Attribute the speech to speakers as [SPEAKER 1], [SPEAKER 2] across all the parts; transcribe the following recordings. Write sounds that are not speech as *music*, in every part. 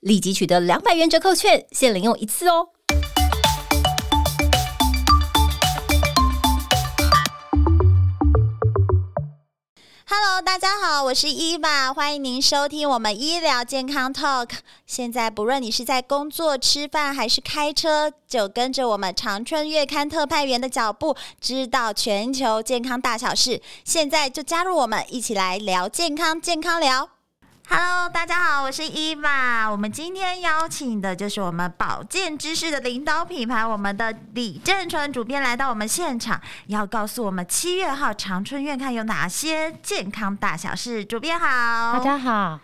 [SPEAKER 1] 立即取得两百元折扣券，限领用一次哦。
[SPEAKER 2] Hello，大家好，我是伊娃，欢迎您收听我们医疗健康 Talk。现在不论你是在工作、吃饭还是开车，就跟着我们长春月刊特派员的脚步，知道全球健康大小事。现在就加入我们，一起来聊健康，健康聊。Hello，大家好，我是伊娃。我们今天邀请的就是我们保健知识的领导品牌，我们的李正淳主编来到我们现场，要告诉我们七月号长春院看有哪些健康大小事。主编好，
[SPEAKER 3] 大家好，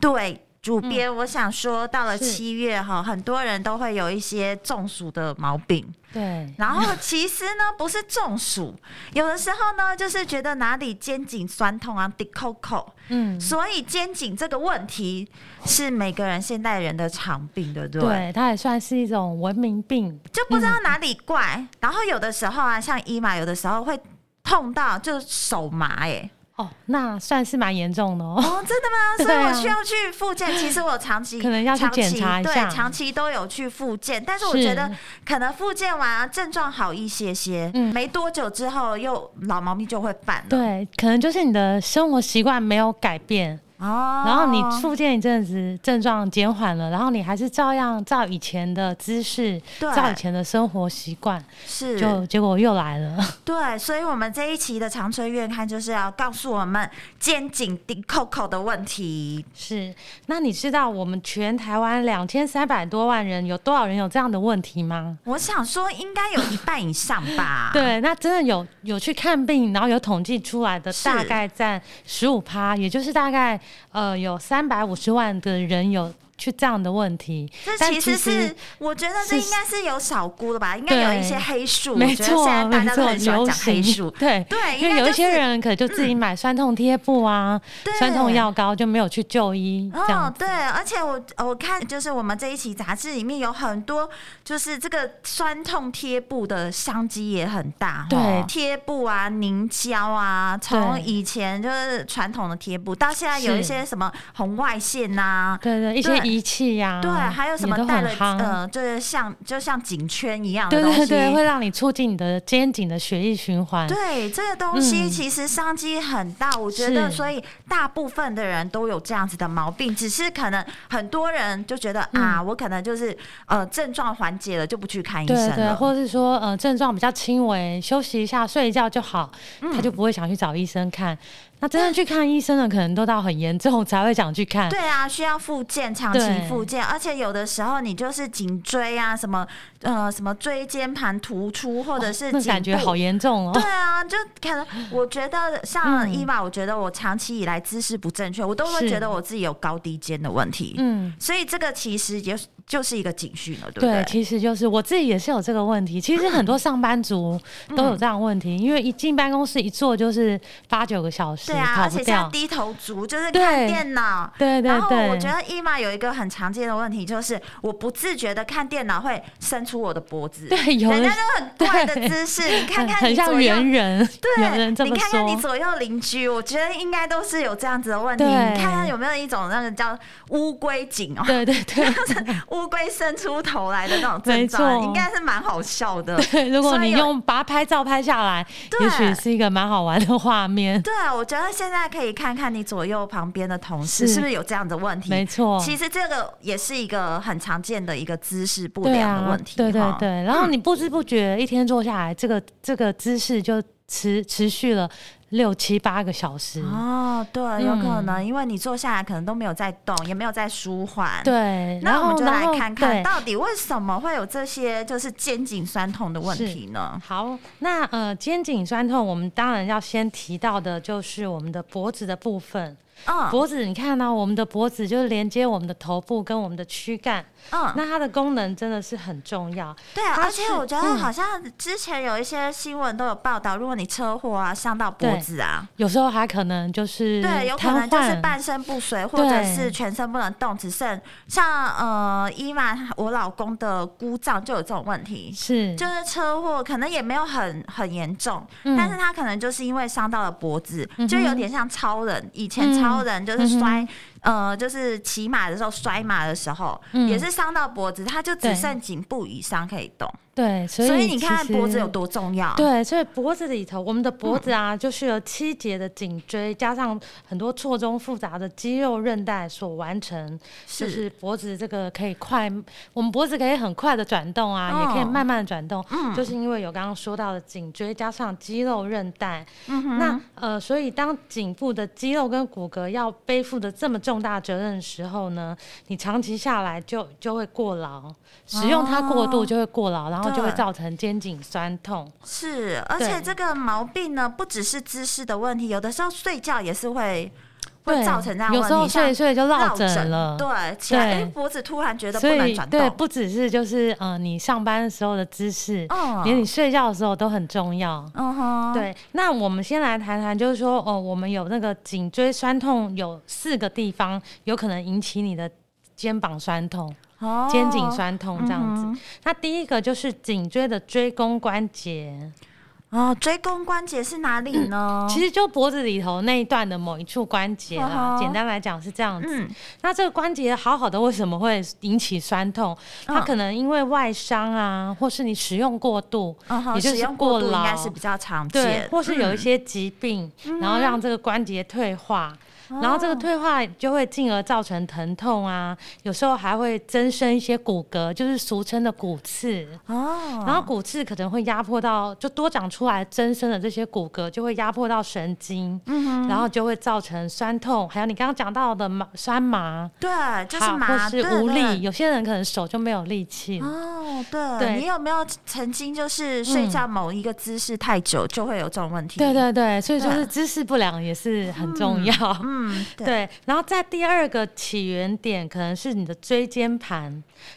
[SPEAKER 2] 对。主编，我想说，到了
[SPEAKER 3] 嗯是
[SPEAKER 2] 七月哈，很多人都会有一些中暑的毛病。
[SPEAKER 3] *laughs* 对，
[SPEAKER 2] 然后其实呢，不是中暑，有的时候呢，就是觉得哪里肩颈酸痛啊，顶扣扣。
[SPEAKER 3] 嗯，
[SPEAKER 2] 所以肩颈这个问题是每个人现代人的常病，对不对？
[SPEAKER 3] 对，它也算是一种文明病，
[SPEAKER 2] 就不知道哪里怪。
[SPEAKER 3] 嗯
[SPEAKER 2] 然后有的时候啊，像伊玛，有的时候会痛到就手麻、欸，
[SPEAKER 3] 哦，那算是蛮严重的
[SPEAKER 2] 哎，
[SPEAKER 3] 哦。
[SPEAKER 2] 哦，真的吗？所
[SPEAKER 3] *laughs* 对
[SPEAKER 2] 以
[SPEAKER 3] 啊
[SPEAKER 2] 我需要去复健。其实我长期
[SPEAKER 3] 可能要去
[SPEAKER 2] 长期
[SPEAKER 3] 检查一下
[SPEAKER 2] 对，长期都有去复健，但是我
[SPEAKER 3] 是
[SPEAKER 2] 觉得可能复健完啊症状好一些些，
[SPEAKER 3] 嗯
[SPEAKER 2] 没多久之后又老毛病就会犯了。，
[SPEAKER 3] 对，可能就是你的生活习惯没有改变，
[SPEAKER 2] 哦，
[SPEAKER 3] 然后你复健一阵子，症状减缓了，然后你还是照样照以前的姿势，
[SPEAKER 2] 对
[SPEAKER 3] 照以前的生活习惯，
[SPEAKER 2] 是
[SPEAKER 3] 就结果又来了。
[SPEAKER 2] 对，所以，我们这一期的长春院刊就是要告诉我们肩颈顶扣扣的问题。
[SPEAKER 3] *laughs* 是，那你知道我们全台湾两千三百多万人有多少人有这样的问题吗？。，
[SPEAKER 2] 我想说，应该有一半以上吧
[SPEAKER 3] *laughs* 对，那真的有有去看病，然后有统计出来的，
[SPEAKER 2] 是
[SPEAKER 3] 大概占十五趴，也就是大概呃有三百五十万的人有去这样的问题。
[SPEAKER 2] 这
[SPEAKER 3] 但
[SPEAKER 2] 其实
[SPEAKER 3] 实
[SPEAKER 2] 是，我觉得这
[SPEAKER 3] 是
[SPEAKER 2] 应该是有少估的吧，应该有一些黑数。
[SPEAKER 3] 没
[SPEAKER 2] 我
[SPEAKER 3] 错
[SPEAKER 2] 觉得，现在
[SPEAKER 3] 没
[SPEAKER 2] 大家都
[SPEAKER 3] 错，
[SPEAKER 2] 很喜欢
[SPEAKER 3] 流
[SPEAKER 2] 讲黑
[SPEAKER 3] 行。
[SPEAKER 2] 数
[SPEAKER 3] 对。
[SPEAKER 2] 对，
[SPEAKER 3] 因
[SPEAKER 2] 应
[SPEAKER 3] 为
[SPEAKER 2] 该
[SPEAKER 3] 有一
[SPEAKER 2] 就
[SPEAKER 3] 些
[SPEAKER 2] 是嗯
[SPEAKER 3] 人可能就自己买酸痛贴布啊、
[SPEAKER 2] 对
[SPEAKER 3] 酸痛药膏，就没有去就医这
[SPEAKER 2] 哦
[SPEAKER 3] 样，。
[SPEAKER 2] 对，而且我我看就是我们这一期杂志里面有很多，就是这个酸痛贴布的商机也很大，
[SPEAKER 3] 对
[SPEAKER 2] 哦贴布啊、凝胶啊，从
[SPEAKER 3] 对
[SPEAKER 2] 以前就是传统的贴布，到现在有一
[SPEAKER 3] 是
[SPEAKER 2] 些什么红外线呐、
[SPEAKER 3] 对对，一些
[SPEAKER 2] 对
[SPEAKER 3] 仪器呀、
[SPEAKER 2] 对，还有什
[SPEAKER 3] 也
[SPEAKER 2] 么
[SPEAKER 3] 都
[SPEAKER 2] 带
[SPEAKER 3] 很
[SPEAKER 2] 了
[SPEAKER 3] 夯。
[SPEAKER 2] 呃，就是像就像颈圈一样的
[SPEAKER 3] 对
[SPEAKER 2] 东西，
[SPEAKER 3] 对对，会让你促进你的肩颈的血液循环。
[SPEAKER 2] 对这个东西
[SPEAKER 3] 嗯
[SPEAKER 2] 其实商机很大，我觉得，
[SPEAKER 3] 是
[SPEAKER 2] 所以大部分的人都有这样子的毛病，只是可能很多人就觉得、
[SPEAKER 3] 嗯
[SPEAKER 2] 啊，我可能就是呃症状缓解了就不去看医生
[SPEAKER 3] 对
[SPEAKER 2] 了，
[SPEAKER 3] 对，或是说呃症状比较轻微，休息一下睡一觉就好，
[SPEAKER 2] 嗯
[SPEAKER 3] 他就不会想去找医生看。那真正去看医生的，可能都到很严重才会想去看。
[SPEAKER 2] 对啊，需要复健，长期
[SPEAKER 3] 对
[SPEAKER 2] 复健，而且有的时候你就是颈椎啊什么呃什么椎间盘突出，或者是
[SPEAKER 3] 哦那
[SPEAKER 2] 颈
[SPEAKER 3] 感觉
[SPEAKER 2] 部
[SPEAKER 3] 好严重哦
[SPEAKER 2] 对。啊，就可能我觉得像
[SPEAKER 3] 嗯
[SPEAKER 2] 伊娃，我觉得我长期以来姿势不正确，我都会
[SPEAKER 3] 是
[SPEAKER 2] 觉得我自己有高低肩的问题。
[SPEAKER 3] 嗯，
[SPEAKER 2] 所以这个其实也是就是一个警讯了，对不
[SPEAKER 3] 对
[SPEAKER 2] 对？，
[SPEAKER 3] 其实就是我自己也是有这个问题。其实很多上班族
[SPEAKER 2] 嗯
[SPEAKER 3] 都有这样的问题，因为一进办公室一坐就是八九个小时，
[SPEAKER 2] 对啊，
[SPEAKER 3] 跑
[SPEAKER 2] 而
[SPEAKER 3] 不
[SPEAKER 2] 且
[SPEAKER 3] 掉
[SPEAKER 2] 像。低头族，就是
[SPEAKER 3] 对
[SPEAKER 2] 看电脑。
[SPEAKER 3] 对对
[SPEAKER 2] 然后我觉
[SPEAKER 3] 对，
[SPEAKER 2] 得伊玛有一个很常见的问题，就是我不自觉的看电脑会伸出我的脖子，
[SPEAKER 3] 对有
[SPEAKER 2] 人
[SPEAKER 3] 的
[SPEAKER 2] 家都很怪的姿势，你看看
[SPEAKER 3] 很
[SPEAKER 2] 你左
[SPEAKER 3] 像
[SPEAKER 2] 右，
[SPEAKER 3] 猿人，有
[SPEAKER 2] 对，
[SPEAKER 3] 人这
[SPEAKER 2] 你
[SPEAKER 3] 么
[SPEAKER 2] 看看你
[SPEAKER 3] 说。
[SPEAKER 2] 左右邻居，我觉得应该都是有这样子的问题，你
[SPEAKER 3] 对
[SPEAKER 2] 看看有没有一种那个叫乌龟颈哦，
[SPEAKER 3] 对对
[SPEAKER 2] *laughs*
[SPEAKER 3] 对
[SPEAKER 2] 乌龟伸出头来的那种症
[SPEAKER 3] 没
[SPEAKER 2] 状，
[SPEAKER 3] 错
[SPEAKER 2] 应该是蛮好笑的。
[SPEAKER 3] 对， *laughs* 如果
[SPEAKER 2] 所以
[SPEAKER 3] 你
[SPEAKER 2] 有
[SPEAKER 3] 用把它拍照拍下来，
[SPEAKER 2] 对
[SPEAKER 3] 也许是一个蛮好玩的画面。
[SPEAKER 2] 对，啊我觉得现在可以看看你左右旁边的同事
[SPEAKER 3] 是
[SPEAKER 2] 是不是有这样的问题。
[SPEAKER 3] 没错，
[SPEAKER 2] 其实这个也是一个很常见的一个姿势不
[SPEAKER 3] 对
[SPEAKER 2] 良
[SPEAKER 3] 啊，
[SPEAKER 2] 的问题。
[SPEAKER 3] 对对
[SPEAKER 2] 哈 *clears throat*
[SPEAKER 3] 对，然后你不知不觉一天坐下来，这个这个姿势就持持续了六七八个小时。
[SPEAKER 2] 哦，对，
[SPEAKER 3] 嗯
[SPEAKER 2] 有可能、因为你坐下来可能都没有在动，也没有在舒缓。。
[SPEAKER 3] 对，然
[SPEAKER 2] 那我们
[SPEAKER 3] 后
[SPEAKER 2] 就
[SPEAKER 3] 然
[SPEAKER 2] 来
[SPEAKER 3] 后
[SPEAKER 2] 看看
[SPEAKER 3] 对。
[SPEAKER 2] 到底为什么会有这些就是肩颈酸痛的问题呢？
[SPEAKER 3] 好，那呃，肩颈酸痛，我们当然要先提到的就是我们的脖子的部分。
[SPEAKER 2] 嗯
[SPEAKER 3] 脖子，你看到、我们的脖子就是连接我们的头部跟我们的躯干，
[SPEAKER 2] 嗯，
[SPEAKER 3] 那它的功能真的是很重要。
[SPEAKER 2] 对啊，
[SPEAKER 3] 它
[SPEAKER 2] 而且
[SPEAKER 3] 是
[SPEAKER 2] 我觉得
[SPEAKER 3] 嗯
[SPEAKER 2] 好像之前有一些新闻都有报道，如果你车祸啊伤到脖
[SPEAKER 3] 对
[SPEAKER 2] 子啊，
[SPEAKER 3] 有时候还可能就是
[SPEAKER 2] 对，有可
[SPEAKER 3] 瘫
[SPEAKER 2] 能就是
[SPEAKER 3] 痪
[SPEAKER 2] 半身不遂，或者
[SPEAKER 3] 对
[SPEAKER 2] 是全身不能动，只剩像呃伊玛我老公的姑丈就有这种问题。
[SPEAKER 3] 是
[SPEAKER 2] 就是车祸，可能也没有很很严重，
[SPEAKER 3] 嗯
[SPEAKER 2] 但是他可能就是因为伤到了脖子，
[SPEAKER 3] 嗯哼
[SPEAKER 2] 就有点像超人。以前
[SPEAKER 3] 嗯
[SPEAKER 2] 超人就是摔，呃，就是骑马的时候摔马的时候，
[SPEAKER 3] 嗯
[SPEAKER 2] 也是伤到脖子，他就只
[SPEAKER 3] 对
[SPEAKER 2] 剩颈部以上可以动。
[SPEAKER 3] 对，所
[SPEAKER 2] 所
[SPEAKER 3] 以
[SPEAKER 2] 以你看
[SPEAKER 3] 其实
[SPEAKER 2] 脖子有多嗯重要。
[SPEAKER 3] 对，所以脖子里头，我们的脖子啊，就是由七节的颈椎加上很多错综复杂的肌肉韧带所完成，就是是脖子这个可以快，我们脖子可以很快的转动啊，也可以
[SPEAKER 2] 哦
[SPEAKER 3] 慢慢的转动，
[SPEAKER 2] 嗯
[SPEAKER 3] 就是因为有刚刚说到的颈椎加上肌肉韧带，
[SPEAKER 2] 嗯哼，
[SPEAKER 3] 那呃，所以当颈部的肌肉跟骨骼要背负的这么重大责任的时候呢，你长期下来就就会过劳，使用它过
[SPEAKER 2] 哦
[SPEAKER 3] 度就会过劳，然后就会
[SPEAKER 2] 对
[SPEAKER 3] 造成肩颈酸痛。
[SPEAKER 2] 是，而且
[SPEAKER 3] 对
[SPEAKER 2] 这个毛病呢，不只是姿势的问题，有的时候睡觉也是会会
[SPEAKER 3] 对，
[SPEAKER 2] 造成这样的
[SPEAKER 3] 有
[SPEAKER 2] 问
[SPEAKER 3] 时候
[SPEAKER 2] 题，
[SPEAKER 3] 睡
[SPEAKER 2] 像
[SPEAKER 3] 一睡就落
[SPEAKER 2] 落
[SPEAKER 3] 枕了。
[SPEAKER 2] 对，起来
[SPEAKER 3] 对
[SPEAKER 2] 哎脖子突然觉得不
[SPEAKER 3] 所
[SPEAKER 2] 能
[SPEAKER 3] 以
[SPEAKER 2] 转
[SPEAKER 3] 对，
[SPEAKER 2] 动，
[SPEAKER 3] 不只是就是呃，你上班的时候的姿势，
[SPEAKER 2] 嗯
[SPEAKER 3] 连你睡觉的时候都很重要。
[SPEAKER 2] 嗯哼，，
[SPEAKER 3] 对，那我们先来谈谈，就是说，哦，我们有那个颈椎酸痛，有四个地方有可能引起你的肩膀酸痛、
[SPEAKER 2] 哦
[SPEAKER 3] 肩颈酸痛这样子。
[SPEAKER 2] 嗯
[SPEAKER 3] 那第一个就是颈椎的椎弓关节，
[SPEAKER 2] 哦，椎弓关节是哪里呢？
[SPEAKER 3] 嗯其实就脖子里头那一段的某一处关节啦。
[SPEAKER 2] 哦吼
[SPEAKER 3] 简单来讲是这样子。
[SPEAKER 2] 嗯
[SPEAKER 3] 那这个关节好好的为什么会引起酸痛？它
[SPEAKER 2] 嗯
[SPEAKER 3] 可能因为外伤啊，或是你使用过度，
[SPEAKER 2] 嗯哼，
[SPEAKER 3] 也就
[SPEAKER 2] 使
[SPEAKER 3] 是
[SPEAKER 2] 用过度应
[SPEAKER 3] 劳，
[SPEAKER 2] 该是比较常
[SPEAKER 3] 对
[SPEAKER 2] 见，，嗯
[SPEAKER 3] 或是有一些疾病，然后让这个关节退化。
[SPEAKER 2] 哦
[SPEAKER 3] 然后这个退化就会进而造成疼痛啊，有时候还会增生一些骨骼，就是俗称的骨刺。
[SPEAKER 2] 哦，
[SPEAKER 3] 然后骨刺可能会压迫到，就多长出来增生的这些骨骼就会压迫到神经，
[SPEAKER 2] 嗯
[SPEAKER 3] 然后就会造成酸痛，还有你刚刚讲到的麻酸麻，嗯
[SPEAKER 2] 对，就是
[SPEAKER 3] 好
[SPEAKER 2] 麻，
[SPEAKER 3] 或是
[SPEAKER 2] 对
[SPEAKER 3] 无
[SPEAKER 2] 对
[SPEAKER 3] 力，有些人可能手就没有力气了。
[SPEAKER 2] 哦，对，
[SPEAKER 3] 对嗯
[SPEAKER 2] 你有没有曾经就是睡觉某一个姿势太久就会有这种问题？
[SPEAKER 3] 对，对对，所以就
[SPEAKER 2] 对
[SPEAKER 3] 是姿势不良也是很重要。
[SPEAKER 2] 嗯，对，
[SPEAKER 3] 对，然后在第二个起源点可能是你的椎间盘，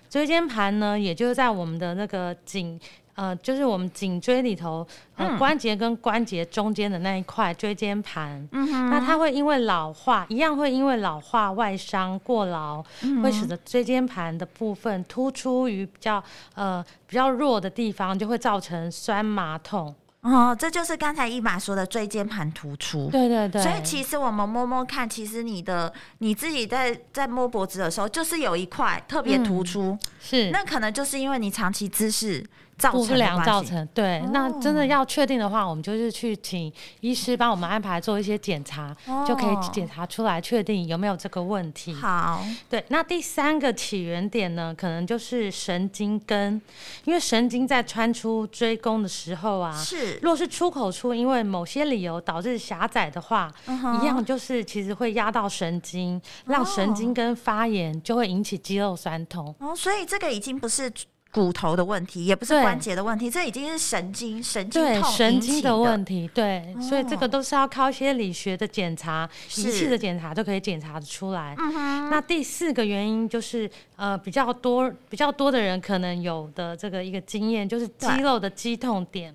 [SPEAKER 3] 椎间盘呢，也就是在我们的那个颈，呃，就是我们颈椎里头，呃，关节跟关节中间的那一块椎间盘。
[SPEAKER 2] 嗯哼，
[SPEAKER 3] 那它会因为老化，一样会因为老化、外伤、过劳，会使得椎间盘的部分突出于比较呃比较弱的地方，就会造成酸麻痛。
[SPEAKER 2] 哦，这就是刚才一马说的椎间盘突出。
[SPEAKER 3] 对对对，
[SPEAKER 2] 所以其实我们摸摸看，其实你的你自己在在摸脖子的时候，就是有一块特别突出，
[SPEAKER 3] 嗯是
[SPEAKER 2] 那可能就是因为你长期姿势造成
[SPEAKER 3] 不
[SPEAKER 2] 的
[SPEAKER 3] 良
[SPEAKER 2] 关
[SPEAKER 3] 造
[SPEAKER 2] 系。哦
[SPEAKER 3] 成。对，那真的要确定的话，我们就是去请医师帮我们安排做一些检查，
[SPEAKER 2] 哦
[SPEAKER 3] 就可以检查出来确定有没有这个问题。
[SPEAKER 2] 好，
[SPEAKER 3] 对，那第三个起源点呢，可能就是神经根，因为神经在穿出椎弓的时候啊，
[SPEAKER 2] 是
[SPEAKER 3] 若是出口处因为某些理由导致狭窄的话，
[SPEAKER 2] 嗯哼
[SPEAKER 3] 一样就是其实会压到神经，让神经根发炎，就会引起肌肉酸痛。
[SPEAKER 2] 哦，所以这个已经不是骨头的问题，也不是
[SPEAKER 3] 对
[SPEAKER 2] 关节的问题，这已经是神经神经
[SPEAKER 3] 对
[SPEAKER 2] 痛
[SPEAKER 3] 神
[SPEAKER 2] 引
[SPEAKER 3] 经
[SPEAKER 2] 起
[SPEAKER 3] 的
[SPEAKER 2] 的
[SPEAKER 3] 问题，对，所以这
[SPEAKER 2] 哦
[SPEAKER 3] 个都是要靠一些理学的检查、仪器
[SPEAKER 2] 是
[SPEAKER 3] 的检查都可以检查得出来。
[SPEAKER 2] 嗯哼，
[SPEAKER 3] 那第四个原因就是，呃，比较多比较多的人可能有的这个一个经验就是肌
[SPEAKER 2] 对
[SPEAKER 3] 肉的肌痛点。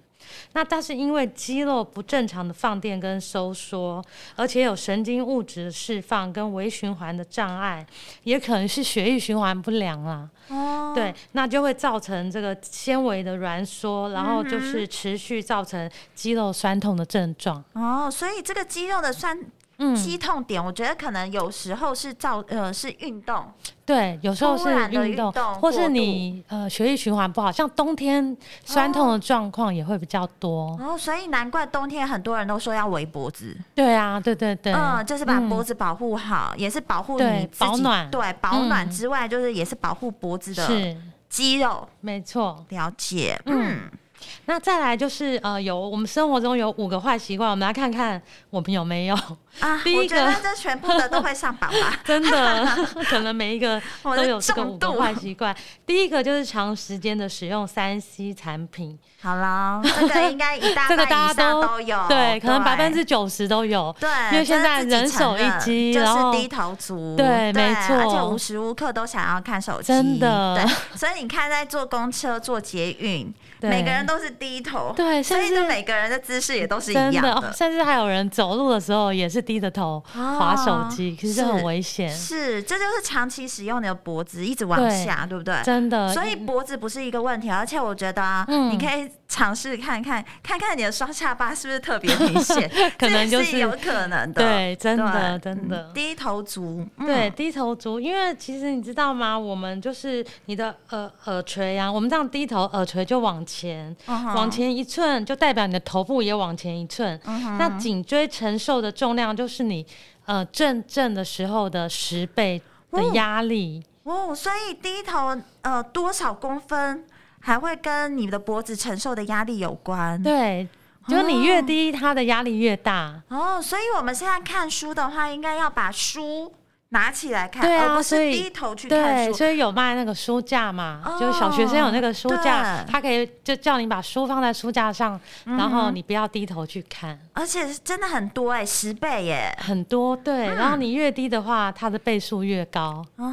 [SPEAKER 3] 那但是因为肌肉不正常的放电跟收缩，而且有神经物质的释放跟微循环的障碍，也可能是血液循环不良啦。
[SPEAKER 2] 哦，
[SPEAKER 3] 对，那就会造成这个纤维的挛缩，然后
[SPEAKER 2] 嗯
[SPEAKER 3] 就是持续造成肌肉酸痛的症状。
[SPEAKER 2] 哦，所以这个肌肉的酸
[SPEAKER 3] 嗯，
[SPEAKER 2] 肌痛点，我觉得可能有时候是造呃是运动，
[SPEAKER 3] 对，有时候
[SPEAKER 2] 突
[SPEAKER 3] 是
[SPEAKER 2] 然的
[SPEAKER 3] 运
[SPEAKER 2] 运
[SPEAKER 3] 动，
[SPEAKER 2] 动
[SPEAKER 3] 或
[SPEAKER 2] 过
[SPEAKER 3] 是
[SPEAKER 2] 度哦
[SPEAKER 3] 你呃血液循环不好，像冬天酸痛的状况也会比较多。
[SPEAKER 2] 然、哦后所以难怪冬天很多人都说要围脖子，
[SPEAKER 3] 对啊，对对对，
[SPEAKER 2] 嗯，就是把
[SPEAKER 3] 嗯
[SPEAKER 2] 脖子保护好，也是保护
[SPEAKER 3] 对
[SPEAKER 2] 你自己
[SPEAKER 3] 保暖
[SPEAKER 2] 对保暖
[SPEAKER 3] 嗯
[SPEAKER 2] 之外，就是也是保护脖子的
[SPEAKER 3] 是
[SPEAKER 2] 肌肉。
[SPEAKER 3] 没错。
[SPEAKER 2] 了解，嗯，
[SPEAKER 3] 那再来就是呃，有我们生活中有五个坏习惯，我们来看看我们有没有。
[SPEAKER 2] 啊
[SPEAKER 3] 第一
[SPEAKER 2] 我觉得
[SPEAKER 3] 个。
[SPEAKER 2] 这全部的都会上榜吧
[SPEAKER 3] *laughs*
[SPEAKER 2] *laughs*
[SPEAKER 3] 真的，可能每一个
[SPEAKER 2] 我
[SPEAKER 3] 都
[SPEAKER 2] 的
[SPEAKER 3] 有这个
[SPEAKER 2] 重
[SPEAKER 3] 五个
[SPEAKER 2] 度啊
[SPEAKER 3] 坏习惯。第一个就是长时间的使用三 C 产品，
[SPEAKER 2] 好了，这个应该一大
[SPEAKER 3] *laughs* 这个
[SPEAKER 2] 半
[SPEAKER 3] 大
[SPEAKER 2] 以
[SPEAKER 3] 家
[SPEAKER 2] 上
[SPEAKER 3] 都
[SPEAKER 2] 都有，
[SPEAKER 3] 对，可能百分之九十都有。
[SPEAKER 2] 对，
[SPEAKER 3] 因为现在
[SPEAKER 2] 这是自己承
[SPEAKER 3] 人手一
[SPEAKER 2] 认
[SPEAKER 3] 机
[SPEAKER 2] 就
[SPEAKER 3] 然
[SPEAKER 2] 是
[SPEAKER 3] 后
[SPEAKER 2] 低头族，
[SPEAKER 3] 对
[SPEAKER 2] 而
[SPEAKER 3] 没
[SPEAKER 2] 且
[SPEAKER 3] 错
[SPEAKER 2] 无时无刻都想要看手机，
[SPEAKER 3] 真的
[SPEAKER 2] 对，所以你看，在坐公车、坐捷运，
[SPEAKER 3] 对
[SPEAKER 2] 每个人都是低头，
[SPEAKER 3] 对
[SPEAKER 2] 所以
[SPEAKER 3] 甚
[SPEAKER 2] 就
[SPEAKER 3] 至
[SPEAKER 2] 每个人的姿势也都是一
[SPEAKER 3] 真
[SPEAKER 2] 样
[SPEAKER 3] 的、哦，甚至还有人走路的时候也是低着头
[SPEAKER 2] 哦
[SPEAKER 3] 划手机，其实很
[SPEAKER 2] 是
[SPEAKER 3] 危险。
[SPEAKER 2] 是，这就是长期使用你的脖子一直往
[SPEAKER 3] 对
[SPEAKER 2] 下，对不对？
[SPEAKER 3] 真的，
[SPEAKER 2] 所以脖子不是一个问题，而且我觉得啊，
[SPEAKER 3] 嗯
[SPEAKER 2] 你可以尝试看看， *laughs* 看看你的双下巴是不是特别明显，
[SPEAKER 3] *laughs* 可能
[SPEAKER 2] 这
[SPEAKER 3] 就
[SPEAKER 2] 也是
[SPEAKER 3] 是
[SPEAKER 2] 有可能的。
[SPEAKER 3] 对真
[SPEAKER 2] 对
[SPEAKER 3] 的真的
[SPEAKER 2] 嗯低头族，嗯
[SPEAKER 3] 对，低头族，因为其实你知道吗？我们就是你的耳耳垂啊，我们这样低头，耳垂就往前，
[SPEAKER 2] 嗯哼
[SPEAKER 3] 往前一寸，就代表你的头部也往前一寸。
[SPEAKER 2] 嗯
[SPEAKER 3] 那颈椎承受的重量就是你呃正正的时候的十倍的
[SPEAKER 2] 哦
[SPEAKER 3] 压力。
[SPEAKER 2] 哦，所以低头呃多少公分还会跟你的脖子承受的压力有关。
[SPEAKER 3] 对，就是你越低，它的压力越大。
[SPEAKER 2] 哦，所以我们现在看书的话，应该要把书拿起来看，
[SPEAKER 3] 对
[SPEAKER 2] 而
[SPEAKER 3] 啊，
[SPEAKER 2] 哦不
[SPEAKER 3] 所
[SPEAKER 2] 是
[SPEAKER 3] 以
[SPEAKER 2] 低头去看
[SPEAKER 3] 对，
[SPEAKER 2] 书。
[SPEAKER 3] 所以有卖那个书架嘛，
[SPEAKER 2] 哦
[SPEAKER 3] 就是小学生有那个书架，
[SPEAKER 2] 对嗯
[SPEAKER 3] 他可以就叫你把书放在书架上，然后你不要低头去看。
[SPEAKER 2] 而且真的很多哎、十倍耶！
[SPEAKER 3] 很多对，
[SPEAKER 2] 啊
[SPEAKER 3] 然后你越低的话，它的倍数越高。
[SPEAKER 2] 哦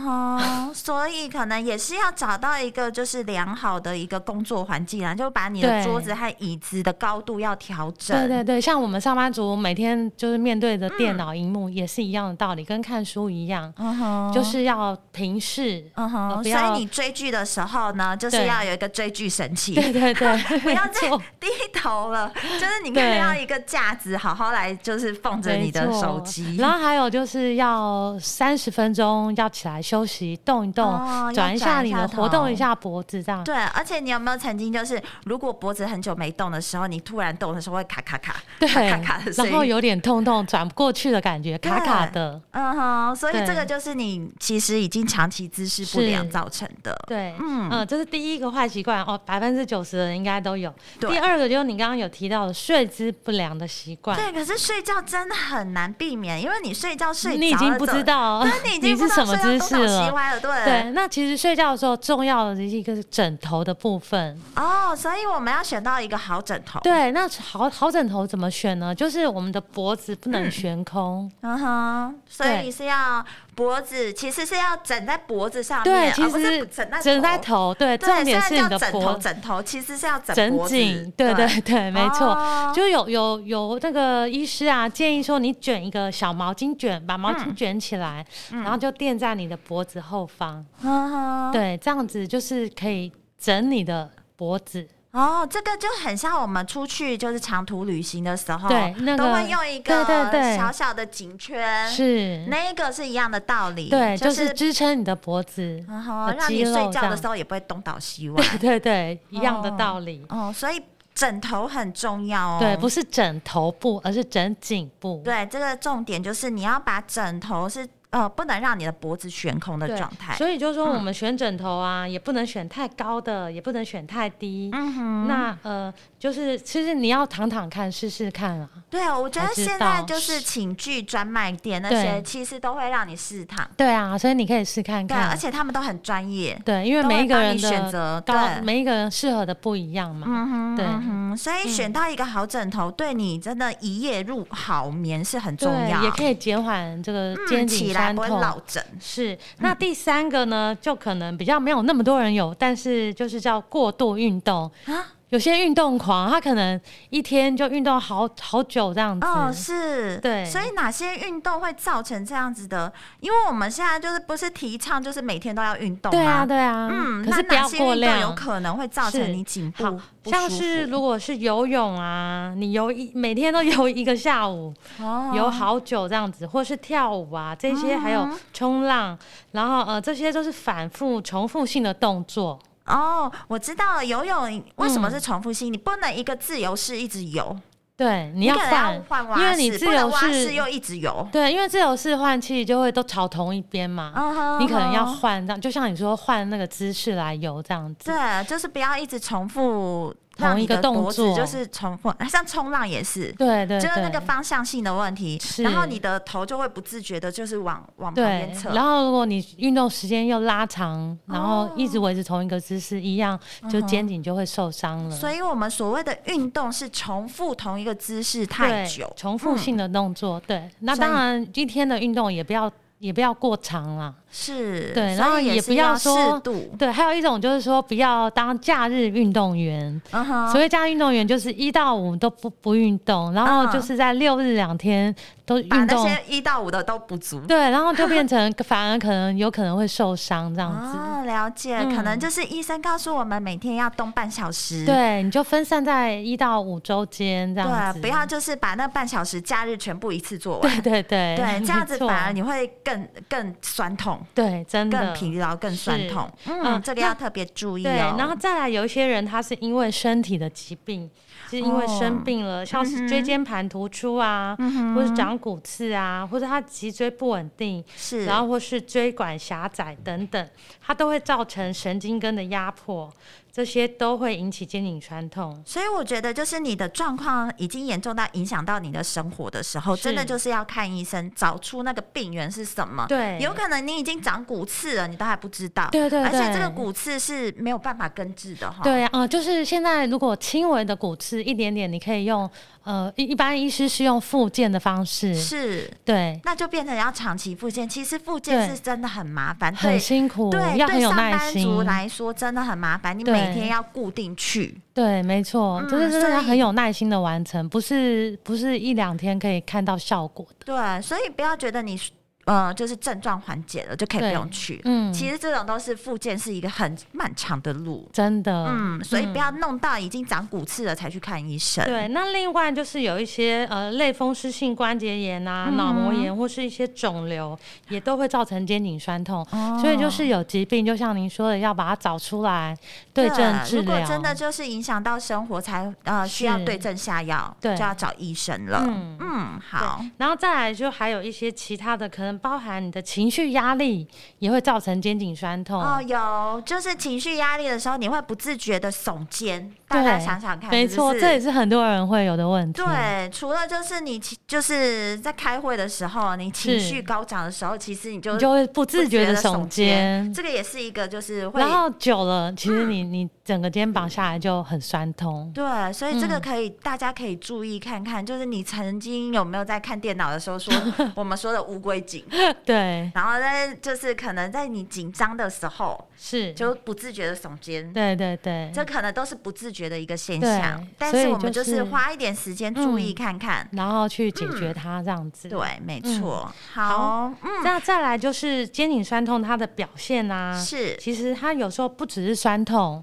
[SPEAKER 2] 吼， *laughs* 所以可能也是要找到一个就是良好的一个工作环境啊，就把你的
[SPEAKER 3] 对
[SPEAKER 2] 桌子和椅子的高度要调整。
[SPEAKER 3] 对对对，像我们上班族每天就是面对着电脑荧幕，也是一样的道理，跟看书一样，
[SPEAKER 2] 嗯哼
[SPEAKER 3] 就是要平视，
[SPEAKER 2] 嗯
[SPEAKER 3] 呃
[SPEAKER 2] 哼，
[SPEAKER 3] 不
[SPEAKER 2] 所以
[SPEAKER 3] 要
[SPEAKER 2] 你追剧的时候呢，就是
[SPEAKER 3] 对
[SPEAKER 2] 要有一个追剧神器。
[SPEAKER 3] 对对对，
[SPEAKER 2] *laughs* 不要
[SPEAKER 3] 没
[SPEAKER 2] 再
[SPEAKER 3] 错
[SPEAKER 2] 低头了，就是你可能
[SPEAKER 3] 对
[SPEAKER 2] 要一个架子，好好来就是放着你的
[SPEAKER 3] 没错
[SPEAKER 2] 手机。
[SPEAKER 3] 然后还有就是要三十分钟要起来休息，动一动，
[SPEAKER 2] 哦要
[SPEAKER 3] 转一下
[SPEAKER 2] 转一
[SPEAKER 3] 你
[SPEAKER 2] 下
[SPEAKER 3] 的，
[SPEAKER 2] 头
[SPEAKER 3] 活动一下脖子，这样
[SPEAKER 2] 对，而且你有没有曾经就是，如果脖子很久没动的时候，你突然动的时候会咔咔咔，
[SPEAKER 3] 对
[SPEAKER 2] 咔咔咔的，声
[SPEAKER 3] 然后
[SPEAKER 2] 音。
[SPEAKER 3] 有点痛痛，转不过去的感觉，卡卡的，
[SPEAKER 2] 嗯哼，所以
[SPEAKER 3] 对
[SPEAKER 2] 这个就是你其实已经长期姿势不良
[SPEAKER 3] 是
[SPEAKER 2] 造成的。
[SPEAKER 3] 对，
[SPEAKER 2] 嗯
[SPEAKER 3] 嗯、这是第一个坏习惯哦，百分之九十的人应该都有。
[SPEAKER 2] 对
[SPEAKER 3] 第二个就是你刚刚有提到的睡姿不良的习惯，
[SPEAKER 2] 对，可是睡觉真的很难避免，因为你睡觉睡
[SPEAKER 3] 你已
[SPEAKER 2] 着
[SPEAKER 3] 经
[SPEAKER 2] 了
[SPEAKER 3] 不
[SPEAKER 2] 之
[SPEAKER 3] 知
[SPEAKER 2] 后，
[SPEAKER 3] 道哦
[SPEAKER 2] 对，啊你已经不知
[SPEAKER 3] 是
[SPEAKER 2] 道
[SPEAKER 3] 什么
[SPEAKER 2] 睡
[SPEAKER 3] 姿
[SPEAKER 2] 到
[SPEAKER 3] 势
[SPEAKER 2] 东倒西
[SPEAKER 3] 了。
[SPEAKER 2] 歪了，对
[SPEAKER 3] 对，那其实睡觉的时候重要的一个是枕头的部分。
[SPEAKER 2] 哦，所以我们要选到一个好枕头。
[SPEAKER 3] 对，那好好枕头怎么选呢？就是我们的脖子不能悬空。
[SPEAKER 2] 嗯哼，所以
[SPEAKER 3] 对
[SPEAKER 2] 是要脖子，其实是要枕在脖子上
[SPEAKER 3] 对，
[SPEAKER 2] 面，
[SPEAKER 3] 其
[SPEAKER 2] 而不是
[SPEAKER 3] 实
[SPEAKER 2] 枕在
[SPEAKER 3] 枕在
[SPEAKER 2] 头。
[SPEAKER 3] 头，对，
[SPEAKER 2] 对，
[SPEAKER 3] 重点
[SPEAKER 2] 虽
[SPEAKER 3] 是
[SPEAKER 2] 然叫
[SPEAKER 3] 你的
[SPEAKER 2] 枕头，
[SPEAKER 3] 脖
[SPEAKER 2] 枕头其实是要枕
[SPEAKER 3] 枕
[SPEAKER 2] 脖子
[SPEAKER 3] 颈，对对对，没错，
[SPEAKER 2] 哦
[SPEAKER 3] 就是有有有那个医师啊，建议说你卷一个小毛巾卷，把毛
[SPEAKER 2] 嗯
[SPEAKER 3] 巾卷起来，然后就垫在你的脖子后方，
[SPEAKER 2] 嗯哼，
[SPEAKER 3] 对，这样子就是可以整你的脖子，
[SPEAKER 2] *laughs* 哦，这个就很像我们出去就是长途旅行的时候，
[SPEAKER 3] 对那
[SPEAKER 2] 哦都
[SPEAKER 3] 个
[SPEAKER 2] 会用一个
[SPEAKER 3] 对对对
[SPEAKER 2] 小小的颈圈，
[SPEAKER 3] 是，
[SPEAKER 2] 那一个是一样的道理，
[SPEAKER 3] 对，就
[SPEAKER 2] 就是
[SPEAKER 3] 支撑你的脖子
[SPEAKER 2] 嗯哼，
[SPEAKER 3] 的
[SPEAKER 2] 让
[SPEAKER 3] 肌
[SPEAKER 2] 你
[SPEAKER 3] 肉
[SPEAKER 2] 睡
[SPEAKER 3] 这
[SPEAKER 2] 觉的
[SPEAKER 3] 样
[SPEAKER 2] 时，候也不会东倒西歪，
[SPEAKER 3] *laughs* 对对，一样的道理，
[SPEAKER 2] 哦，所以枕头很重要哦，
[SPEAKER 3] 对，不是枕头部，而是枕颈部，
[SPEAKER 2] 对，这个重点就是你要把枕头是呃，不能让你的脖子悬空的
[SPEAKER 3] 对
[SPEAKER 2] 状态。
[SPEAKER 3] 所以就说
[SPEAKER 2] 嗯
[SPEAKER 3] 我们选枕头啊，也不能选太高的，也不能选太低。
[SPEAKER 2] 嗯哼，
[SPEAKER 3] 那呃，就是其实你要躺躺看，试试看啊啦。
[SPEAKER 2] 对，我觉得
[SPEAKER 3] 才知
[SPEAKER 2] 现在
[SPEAKER 3] 道
[SPEAKER 2] 就是寝具专卖店那
[SPEAKER 3] 对
[SPEAKER 2] 些，其实都会让你试躺，
[SPEAKER 3] 对啊，所以你可以试看
[SPEAKER 2] 对，
[SPEAKER 3] 看。
[SPEAKER 2] 而且他们都很专业。
[SPEAKER 3] 啊对，因为每一个人
[SPEAKER 2] 都会帮你选择
[SPEAKER 3] 的高
[SPEAKER 2] 对，
[SPEAKER 3] 每一个人适合的不一样嘛。
[SPEAKER 2] 嗯哼，
[SPEAKER 3] 对
[SPEAKER 2] 嗯哼，所以选到一个好枕头，对你真的一夜入好眠是很重要，
[SPEAKER 3] 对，也可以减缓这个
[SPEAKER 2] 嗯
[SPEAKER 3] 肩
[SPEAKER 2] 起
[SPEAKER 3] 颈
[SPEAKER 2] 来
[SPEAKER 3] 酸
[SPEAKER 2] 不会嗯
[SPEAKER 3] 痛。
[SPEAKER 2] 落枕。
[SPEAKER 3] 是，那第三个呢，就可能比较没有那么多人有，但是就是叫过度运动。
[SPEAKER 2] 啊
[SPEAKER 3] 有些运动狂，他可能一天就运动好好久这样子。
[SPEAKER 2] 哦，是，
[SPEAKER 3] 对
[SPEAKER 2] 所以哪些运动会造成这样子的？因为我们现在就是不是提倡就是每天都要运动吗？
[SPEAKER 3] 对啊，对啊，
[SPEAKER 2] 嗯，
[SPEAKER 3] 可
[SPEAKER 2] 那
[SPEAKER 3] 是不要
[SPEAKER 2] 哪些
[SPEAKER 3] 过
[SPEAKER 2] 运动
[SPEAKER 3] 量，
[SPEAKER 2] 有可能会造成
[SPEAKER 3] 是
[SPEAKER 2] 你颈部
[SPEAKER 3] 好
[SPEAKER 2] 不
[SPEAKER 3] 像
[SPEAKER 2] 舒
[SPEAKER 3] 是
[SPEAKER 2] 服
[SPEAKER 3] 如果是游泳啊，你游一每天都游一个下午，
[SPEAKER 2] 哦嗯
[SPEAKER 3] 游好久这样子，或是跳舞啊，这些还有冲浪，然后呃，这些都是反复重复性的动作。
[SPEAKER 2] 哦，我知道了游泳为
[SPEAKER 3] 嗯
[SPEAKER 2] 什么是重复性，你不能一个自由式一直游，
[SPEAKER 3] 对，你
[SPEAKER 2] 你
[SPEAKER 3] 要
[SPEAKER 2] 可能
[SPEAKER 3] 换，
[SPEAKER 2] 换
[SPEAKER 3] 因
[SPEAKER 2] 蛙
[SPEAKER 3] 为
[SPEAKER 2] 式，
[SPEAKER 3] 你自
[SPEAKER 2] 不能
[SPEAKER 3] 由
[SPEAKER 2] 蛙式
[SPEAKER 3] 式，
[SPEAKER 2] 又一直游。
[SPEAKER 3] 对，因为自由式换气就会都朝同一边嘛，
[SPEAKER 2] 嗯哼
[SPEAKER 3] 你可能要
[SPEAKER 2] 嗯哼
[SPEAKER 3] 换这样，就像你说换那个姿势来游这样子。
[SPEAKER 2] 对，就是不要一直重复
[SPEAKER 3] 同一个动
[SPEAKER 2] 让你的
[SPEAKER 3] 作
[SPEAKER 2] 脖子就是重复，啊像冲浪也是，
[SPEAKER 3] 对对，
[SPEAKER 2] 就是那个
[SPEAKER 3] 对
[SPEAKER 2] 方向性的问题，
[SPEAKER 3] 是
[SPEAKER 2] 然后你的头就会不自觉的，就是往往旁
[SPEAKER 3] 对
[SPEAKER 2] 边，侧，
[SPEAKER 3] 然后如果你运动时间又拉长，然后一直维持同一个姿势，一样就肩颈就会受伤了。
[SPEAKER 2] 哦所以我们所谓的运动是重复同一个姿势太
[SPEAKER 3] 对
[SPEAKER 2] 久，
[SPEAKER 3] 重复
[SPEAKER 2] 嗯、
[SPEAKER 3] 性的动作，对。那
[SPEAKER 2] 所以
[SPEAKER 3] 当然，一天的运动也不要也不要过长啦。
[SPEAKER 2] 是，
[SPEAKER 3] 对
[SPEAKER 2] 所
[SPEAKER 3] 然后
[SPEAKER 2] 以也
[SPEAKER 3] 也
[SPEAKER 2] 是
[SPEAKER 3] 不要
[SPEAKER 2] 要
[SPEAKER 3] 说
[SPEAKER 2] 适度，
[SPEAKER 3] 对，还有一种就是说，不要当假日运动员。
[SPEAKER 2] 嗯哼，
[SPEAKER 3] 所谓假日运动员，就是一到五都不不运动，然后
[SPEAKER 2] 嗯
[SPEAKER 3] 就是在六日两天都
[SPEAKER 2] 把那
[SPEAKER 3] 运动，
[SPEAKER 2] 些一到五的都补足。
[SPEAKER 3] 对，然后就变成 *laughs* 反而可能有可能会受伤这样子。
[SPEAKER 2] 啊，了解，
[SPEAKER 3] 嗯
[SPEAKER 2] 可能就是医生告诉我们每天要动半小时，
[SPEAKER 3] 对，你就分散在一到五周间这样
[SPEAKER 2] 对，
[SPEAKER 3] 子，
[SPEAKER 2] 不要就是把那半小时假日全部一次做完，
[SPEAKER 3] 对对对
[SPEAKER 2] 对，这样子
[SPEAKER 3] *laughs* 没错
[SPEAKER 2] 反而你会更更酸痛。
[SPEAKER 3] 对真
[SPEAKER 2] 更
[SPEAKER 3] 的
[SPEAKER 2] 疲劳、更酸
[SPEAKER 3] 是
[SPEAKER 2] 痛，嗯，
[SPEAKER 3] 嗯
[SPEAKER 2] 这个
[SPEAKER 3] 那
[SPEAKER 2] 要特别注意
[SPEAKER 3] 对，
[SPEAKER 2] 哦。
[SPEAKER 3] 然后再来有一些人，他是因为身体的疾病，就是因为
[SPEAKER 2] 哦
[SPEAKER 3] 生病了，像
[SPEAKER 2] 嗯
[SPEAKER 3] 是椎间盘突出啊，或是长骨刺啊，或者他脊椎不稳定，
[SPEAKER 2] 是，
[SPEAKER 3] 然后或是椎管狭窄等等，它都会造成神经根的压迫，这些都会引起肩颈酸痛。
[SPEAKER 2] 所以我觉得，就是你的状况已经严重到影响到你的生活的时候，
[SPEAKER 3] 是
[SPEAKER 2] 真的就是要看医生，找出那个病源是什么。
[SPEAKER 3] 对
[SPEAKER 2] 有可能你已经长骨刺了，你都还不知道。
[SPEAKER 3] 对对
[SPEAKER 2] 而且
[SPEAKER 3] 对
[SPEAKER 2] 这个骨刺是没有办法根治的哈。
[SPEAKER 3] 对啊、呃就是现在如果轻微的骨刺一点点，你可以用呃一一般医师是用复健的方式，
[SPEAKER 2] 是，
[SPEAKER 3] 对，
[SPEAKER 2] 那就变成要长期复健。其实复健
[SPEAKER 3] 对
[SPEAKER 2] 是真的很麻烦，对
[SPEAKER 3] 很辛苦，
[SPEAKER 2] 对
[SPEAKER 3] 要很
[SPEAKER 2] 对，
[SPEAKER 3] 有
[SPEAKER 2] 上
[SPEAKER 3] 耐
[SPEAKER 2] 班
[SPEAKER 3] 心
[SPEAKER 2] 族。来说真的很麻烦，你
[SPEAKER 3] 对
[SPEAKER 2] 每天要固定去。
[SPEAKER 3] 对，没错，
[SPEAKER 2] 嗯
[SPEAKER 3] 就是真
[SPEAKER 2] 所
[SPEAKER 3] 的
[SPEAKER 2] 以
[SPEAKER 3] 要很有耐心的完成，不是不是一两天可以看到效果的。
[SPEAKER 2] 对，所以不要觉得你呃就是症状缓解了就可以不
[SPEAKER 3] 对
[SPEAKER 2] 用去了。
[SPEAKER 3] 嗯，
[SPEAKER 2] 其实这种都是复健是一个很漫长的路。
[SPEAKER 3] 真的，
[SPEAKER 2] 嗯，所以不要弄到已经长骨刺了才去看医生。
[SPEAKER 3] 对，那另外就是有一些呃类风湿性关节炎啊、
[SPEAKER 2] 嗯
[SPEAKER 3] 脑膜炎或是一些肿瘤，也都会造成肩颈酸痛。
[SPEAKER 2] 哦
[SPEAKER 3] 所以就是有疾病，就像您说的，要把它找出来，对症治
[SPEAKER 2] 如果
[SPEAKER 3] 疗。
[SPEAKER 2] 真的就是影响到生活才，呃需要
[SPEAKER 3] 是
[SPEAKER 2] 对症下药，
[SPEAKER 3] 对
[SPEAKER 2] 就要找医生了。嗯
[SPEAKER 3] 嗯
[SPEAKER 2] 好，
[SPEAKER 3] 然后再来就还有一些其他的，可能包含你的情绪压力，也会造成肩颈酸痛。
[SPEAKER 2] 哦，有就是情绪压力的时候，你会不自觉的耸肩，大家想想看，
[SPEAKER 3] 没
[SPEAKER 2] 是不
[SPEAKER 3] 错，
[SPEAKER 2] 是
[SPEAKER 3] 这也是很多人会有的问题。
[SPEAKER 2] 对，除了就是你其就是在开会的时候，你情
[SPEAKER 3] 是
[SPEAKER 2] 绪高涨的时候，其实你就
[SPEAKER 3] 你就会不
[SPEAKER 2] 不
[SPEAKER 3] 自觉的
[SPEAKER 2] 地
[SPEAKER 3] 耸肩，
[SPEAKER 2] 这个也是一个就是会嗯
[SPEAKER 3] 然后久了，其实你你整个肩膀下来就很酸痛。
[SPEAKER 2] 对，所以这
[SPEAKER 3] 嗯
[SPEAKER 2] 个可以、大家可以注意看看，就是你曾经有没有在看电脑的时
[SPEAKER 3] *laughs*
[SPEAKER 2] 候说我们说的乌龟颈，
[SPEAKER 3] 对，
[SPEAKER 2] 然后呢，就是可能在你紧张的时候
[SPEAKER 3] 是，
[SPEAKER 2] 就不自觉的耸肩。
[SPEAKER 3] 对对对，
[SPEAKER 2] 这可能都是不自觉的一个现象
[SPEAKER 3] 对，
[SPEAKER 2] 但
[SPEAKER 3] 所
[SPEAKER 2] 是
[SPEAKER 3] 以
[SPEAKER 2] 我们就
[SPEAKER 3] 就
[SPEAKER 2] 是
[SPEAKER 3] 是嗯
[SPEAKER 2] 花一点时间注意看看。
[SPEAKER 3] 然后去解决它这样子。。
[SPEAKER 2] 嗯对，没
[SPEAKER 3] 嗯
[SPEAKER 2] 错。好，嗯，
[SPEAKER 3] 那再来就是肩颈酸痛它的表现啊，
[SPEAKER 2] 是嗯
[SPEAKER 3] 其实它有时候不只是酸痛，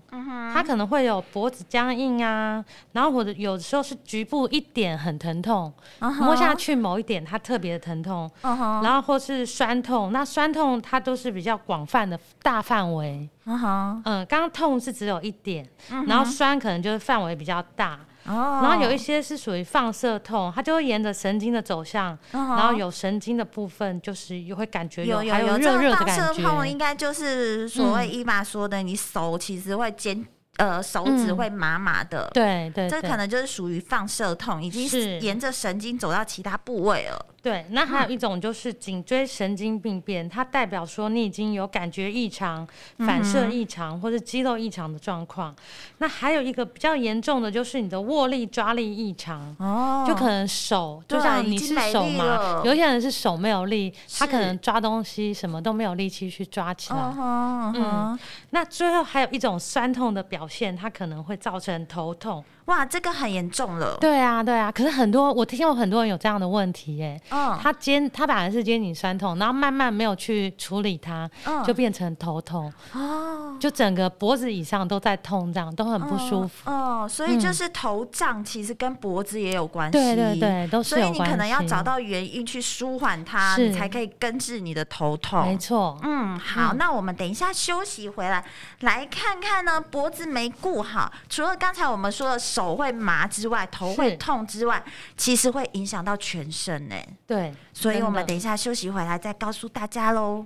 [SPEAKER 3] 它可能会有脖子僵硬啊，然后或者有时候是局部一点很疼痛，摸下去某一点它特别疼痛，
[SPEAKER 2] 嗯哼，
[SPEAKER 3] 然后或是酸痛，那酸痛它都是比较广泛的大范围，
[SPEAKER 2] 嗯哼，
[SPEAKER 3] 嗯，刚刚痛是只有一点，然后酸可能就是范围比较大，
[SPEAKER 2] 嗯哦，
[SPEAKER 3] 然后有一些是属于放射痛，它就会沿着神经的走向，
[SPEAKER 2] 嗯哼
[SPEAKER 3] 然后有神经的部分就是也会感觉
[SPEAKER 2] 有
[SPEAKER 3] 还
[SPEAKER 2] 有
[SPEAKER 3] 热热
[SPEAKER 2] 这
[SPEAKER 3] 的
[SPEAKER 2] 种放
[SPEAKER 3] 感
[SPEAKER 2] 射痛应
[SPEAKER 3] 觉，嗯
[SPEAKER 2] 该就是所谓伊玛说的，你手其实会尖，呃，手指会麻麻的。
[SPEAKER 3] 嗯对对
[SPEAKER 2] 这
[SPEAKER 3] 对，
[SPEAKER 2] 可能就是属于放射痛，已经
[SPEAKER 3] 是
[SPEAKER 2] 沿着神经走到其他部位了。
[SPEAKER 3] 对。那还有一种就是颈椎神经病变，它代表说你已经有感觉异常、反射异常或者肌肉异常的状况。那还有一个比较严重的就是你的握力抓力异常。
[SPEAKER 2] 哦
[SPEAKER 3] 就可能手，就
[SPEAKER 2] 对已
[SPEAKER 3] 像啊你
[SPEAKER 2] 经
[SPEAKER 3] 是
[SPEAKER 2] 没
[SPEAKER 3] 手
[SPEAKER 2] 力
[SPEAKER 3] 嘛
[SPEAKER 2] 了，
[SPEAKER 3] 有些人是手没有力，他可
[SPEAKER 2] 是
[SPEAKER 3] 能抓东西什么都没有力气去抓起来。
[SPEAKER 2] 嗯哼嗯哼，
[SPEAKER 3] 那最后还有一种酸痛的表现，它可能会造成头痛。
[SPEAKER 2] 哇，这个很严重了。
[SPEAKER 3] 对啊，对啊。可是很多我听过很多人有这样的问题耶，
[SPEAKER 2] 嗯，
[SPEAKER 3] 他肩他本来是肩颈酸痛，然后慢慢没有去处理它，
[SPEAKER 2] 嗯
[SPEAKER 3] 就变成头痛，
[SPEAKER 2] 哦
[SPEAKER 3] 就整个脖子以上都在痛，这样都很不舒服。
[SPEAKER 2] 哦，所以就是头胀，其实跟脖子也有关系。
[SPEAKER 3] 嗯对对。对，都是
[SPEAKER 2] 所以
[SPEAKER 3] 有
[SPEAKER 2] 你
[SPEAKER 3] 关系。
[SPEAKER 2] 可能要找到原因去舒缓它，
[SPEAKER 3] 是
[SPEAKER 2] 你才可以根治你的头痛。
[SPEAKER 3] 没错，
[SPEAKER 2] 嗯，好，那我们等一下休息回来，来看看呢，脖子没顾好，除了刚才我们说的手会麻之外，头会
[SPEAKER 3] 是
[SPEAKER 2] 痛之外，其实会影响到全身呢。
[SPEAKER 3] 对。
[SPEAKER 2] 所以
[SPEAKER 3] 真
[SPEAKER 2] 我们
[SPEAKER 3] 的
[SPEAKER 2] 等一下休息回来再告诉大家喽。